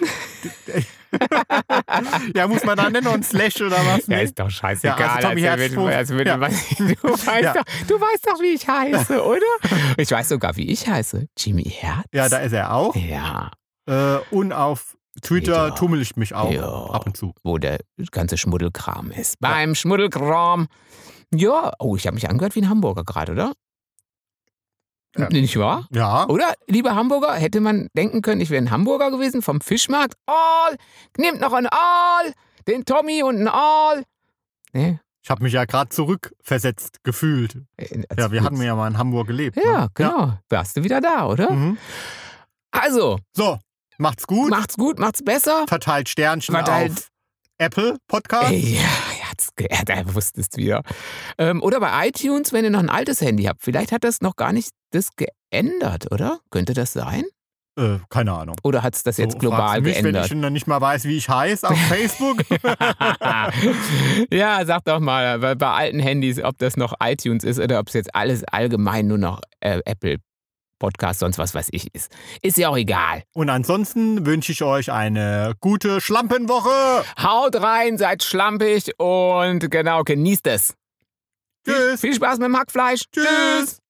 Speaker 1: ja, muss man da nennen und Slash oder was?
Speaker 2: Äh.
Speaker 1: ne?
Speaker 2: Ja,
Speaker 1: Nee.
Speaker 2: ist doch scheißegal.
Speaker 1: Ja, also Tommy
Speaker 2: als würde-
Speaker 1: Herzsprung.
Speaker 2: als würde
Speaker 1: Ja.
Speaker 2: man- du, weißt
Speaker 1: Ja.
Speaker 2: doch, du weißt doch, wie ich heiße, oder? Ich weiß sogar, wie ich heiße. Jimmy Herz.
Speaker 1: Ja, da ist er auch.
Speaker 2: Ja,
Speaker 1: Äh, und auf Twitter
Speaker 2: Ja.
Speaker 1: tummel ich mich auch
Speaker 2: Ja.
Speaker 1: ab und zu.
Speaker 2: wo der ganze Schmuddelkram ist. Beim Schmuddelkram. Ja, oh, ich habe mich angehört wie ein Hamburger gerade, oder?
Speaker 1: Ja.
Speaker 2: Nicht wahr?
Speaker 1: Ja.
Speaker 2: Oder, liebe Hamburger, hätte man denken können, ich wäre ein Hamburger gewesen vom Fischmarkt. All, nehmt noch ein All, den Tommy und ein All. Nee,
Speaker 1: Ich habe mich ja gerade zurückversetzt gefühlt.
Speaker 2: Äh, als
Speaker 1: Ja, wir hatten
Speaker 2: Witz.
Speaker 1: ja mal in Hamburg gelebt.
Speaker 2: Ja,
Speaker 1: ne?
Speaker 2: genau. Warst du wieder da, oder?
Speaker 1: Ja. Mhm.
Speaker 2: Also,
Speaker 1: So, macht's gut.
Speaker 2: macht's gut, macht's besser.
Speaker 1: verteilt Sternchen
Speaker 2: Verteilt-
Speaker 1: auf Apple Podcast.
Speaker 2: Ey, ja, er hat's ge- er- er wusste es wieder. Ähm, oder bei iTunes, wenn ihr noch ein altes Handy habt. Vielleicht hat das noch gar nicht das geändert, oder? Könnte das sein?
Speaker 1: Äh, keine Ahnung.
Speaker 2: Oder hat es das jetzt
Speaker 1: So, fragst
Speaker 2: global
Speaker 1: du mich,
Speaker 2: geändert?
Speaker 1: Wenn ich noch nicht mal weiß, wie ich heiße auf Facebook.
Speaker 2: ja, sag doch mal bei, bei alten Handys, ob das noch iTunes ist oder ob es jetzt alles allgemein nur noch äh, Apple Podcast, sonst was weiß ich ist. Ist ja auch egal.
Speaker 1: Und ansonsten wünsche ich euch eine gute Schlampenwoche.
Speaker 2: Haut rein, seid schlampig und genau, genießt es.
Speaker 1: Tschüss.
Speaker 2: Viel Spaß mit dem Hackfleisch.
Speaker 1: Tschüss.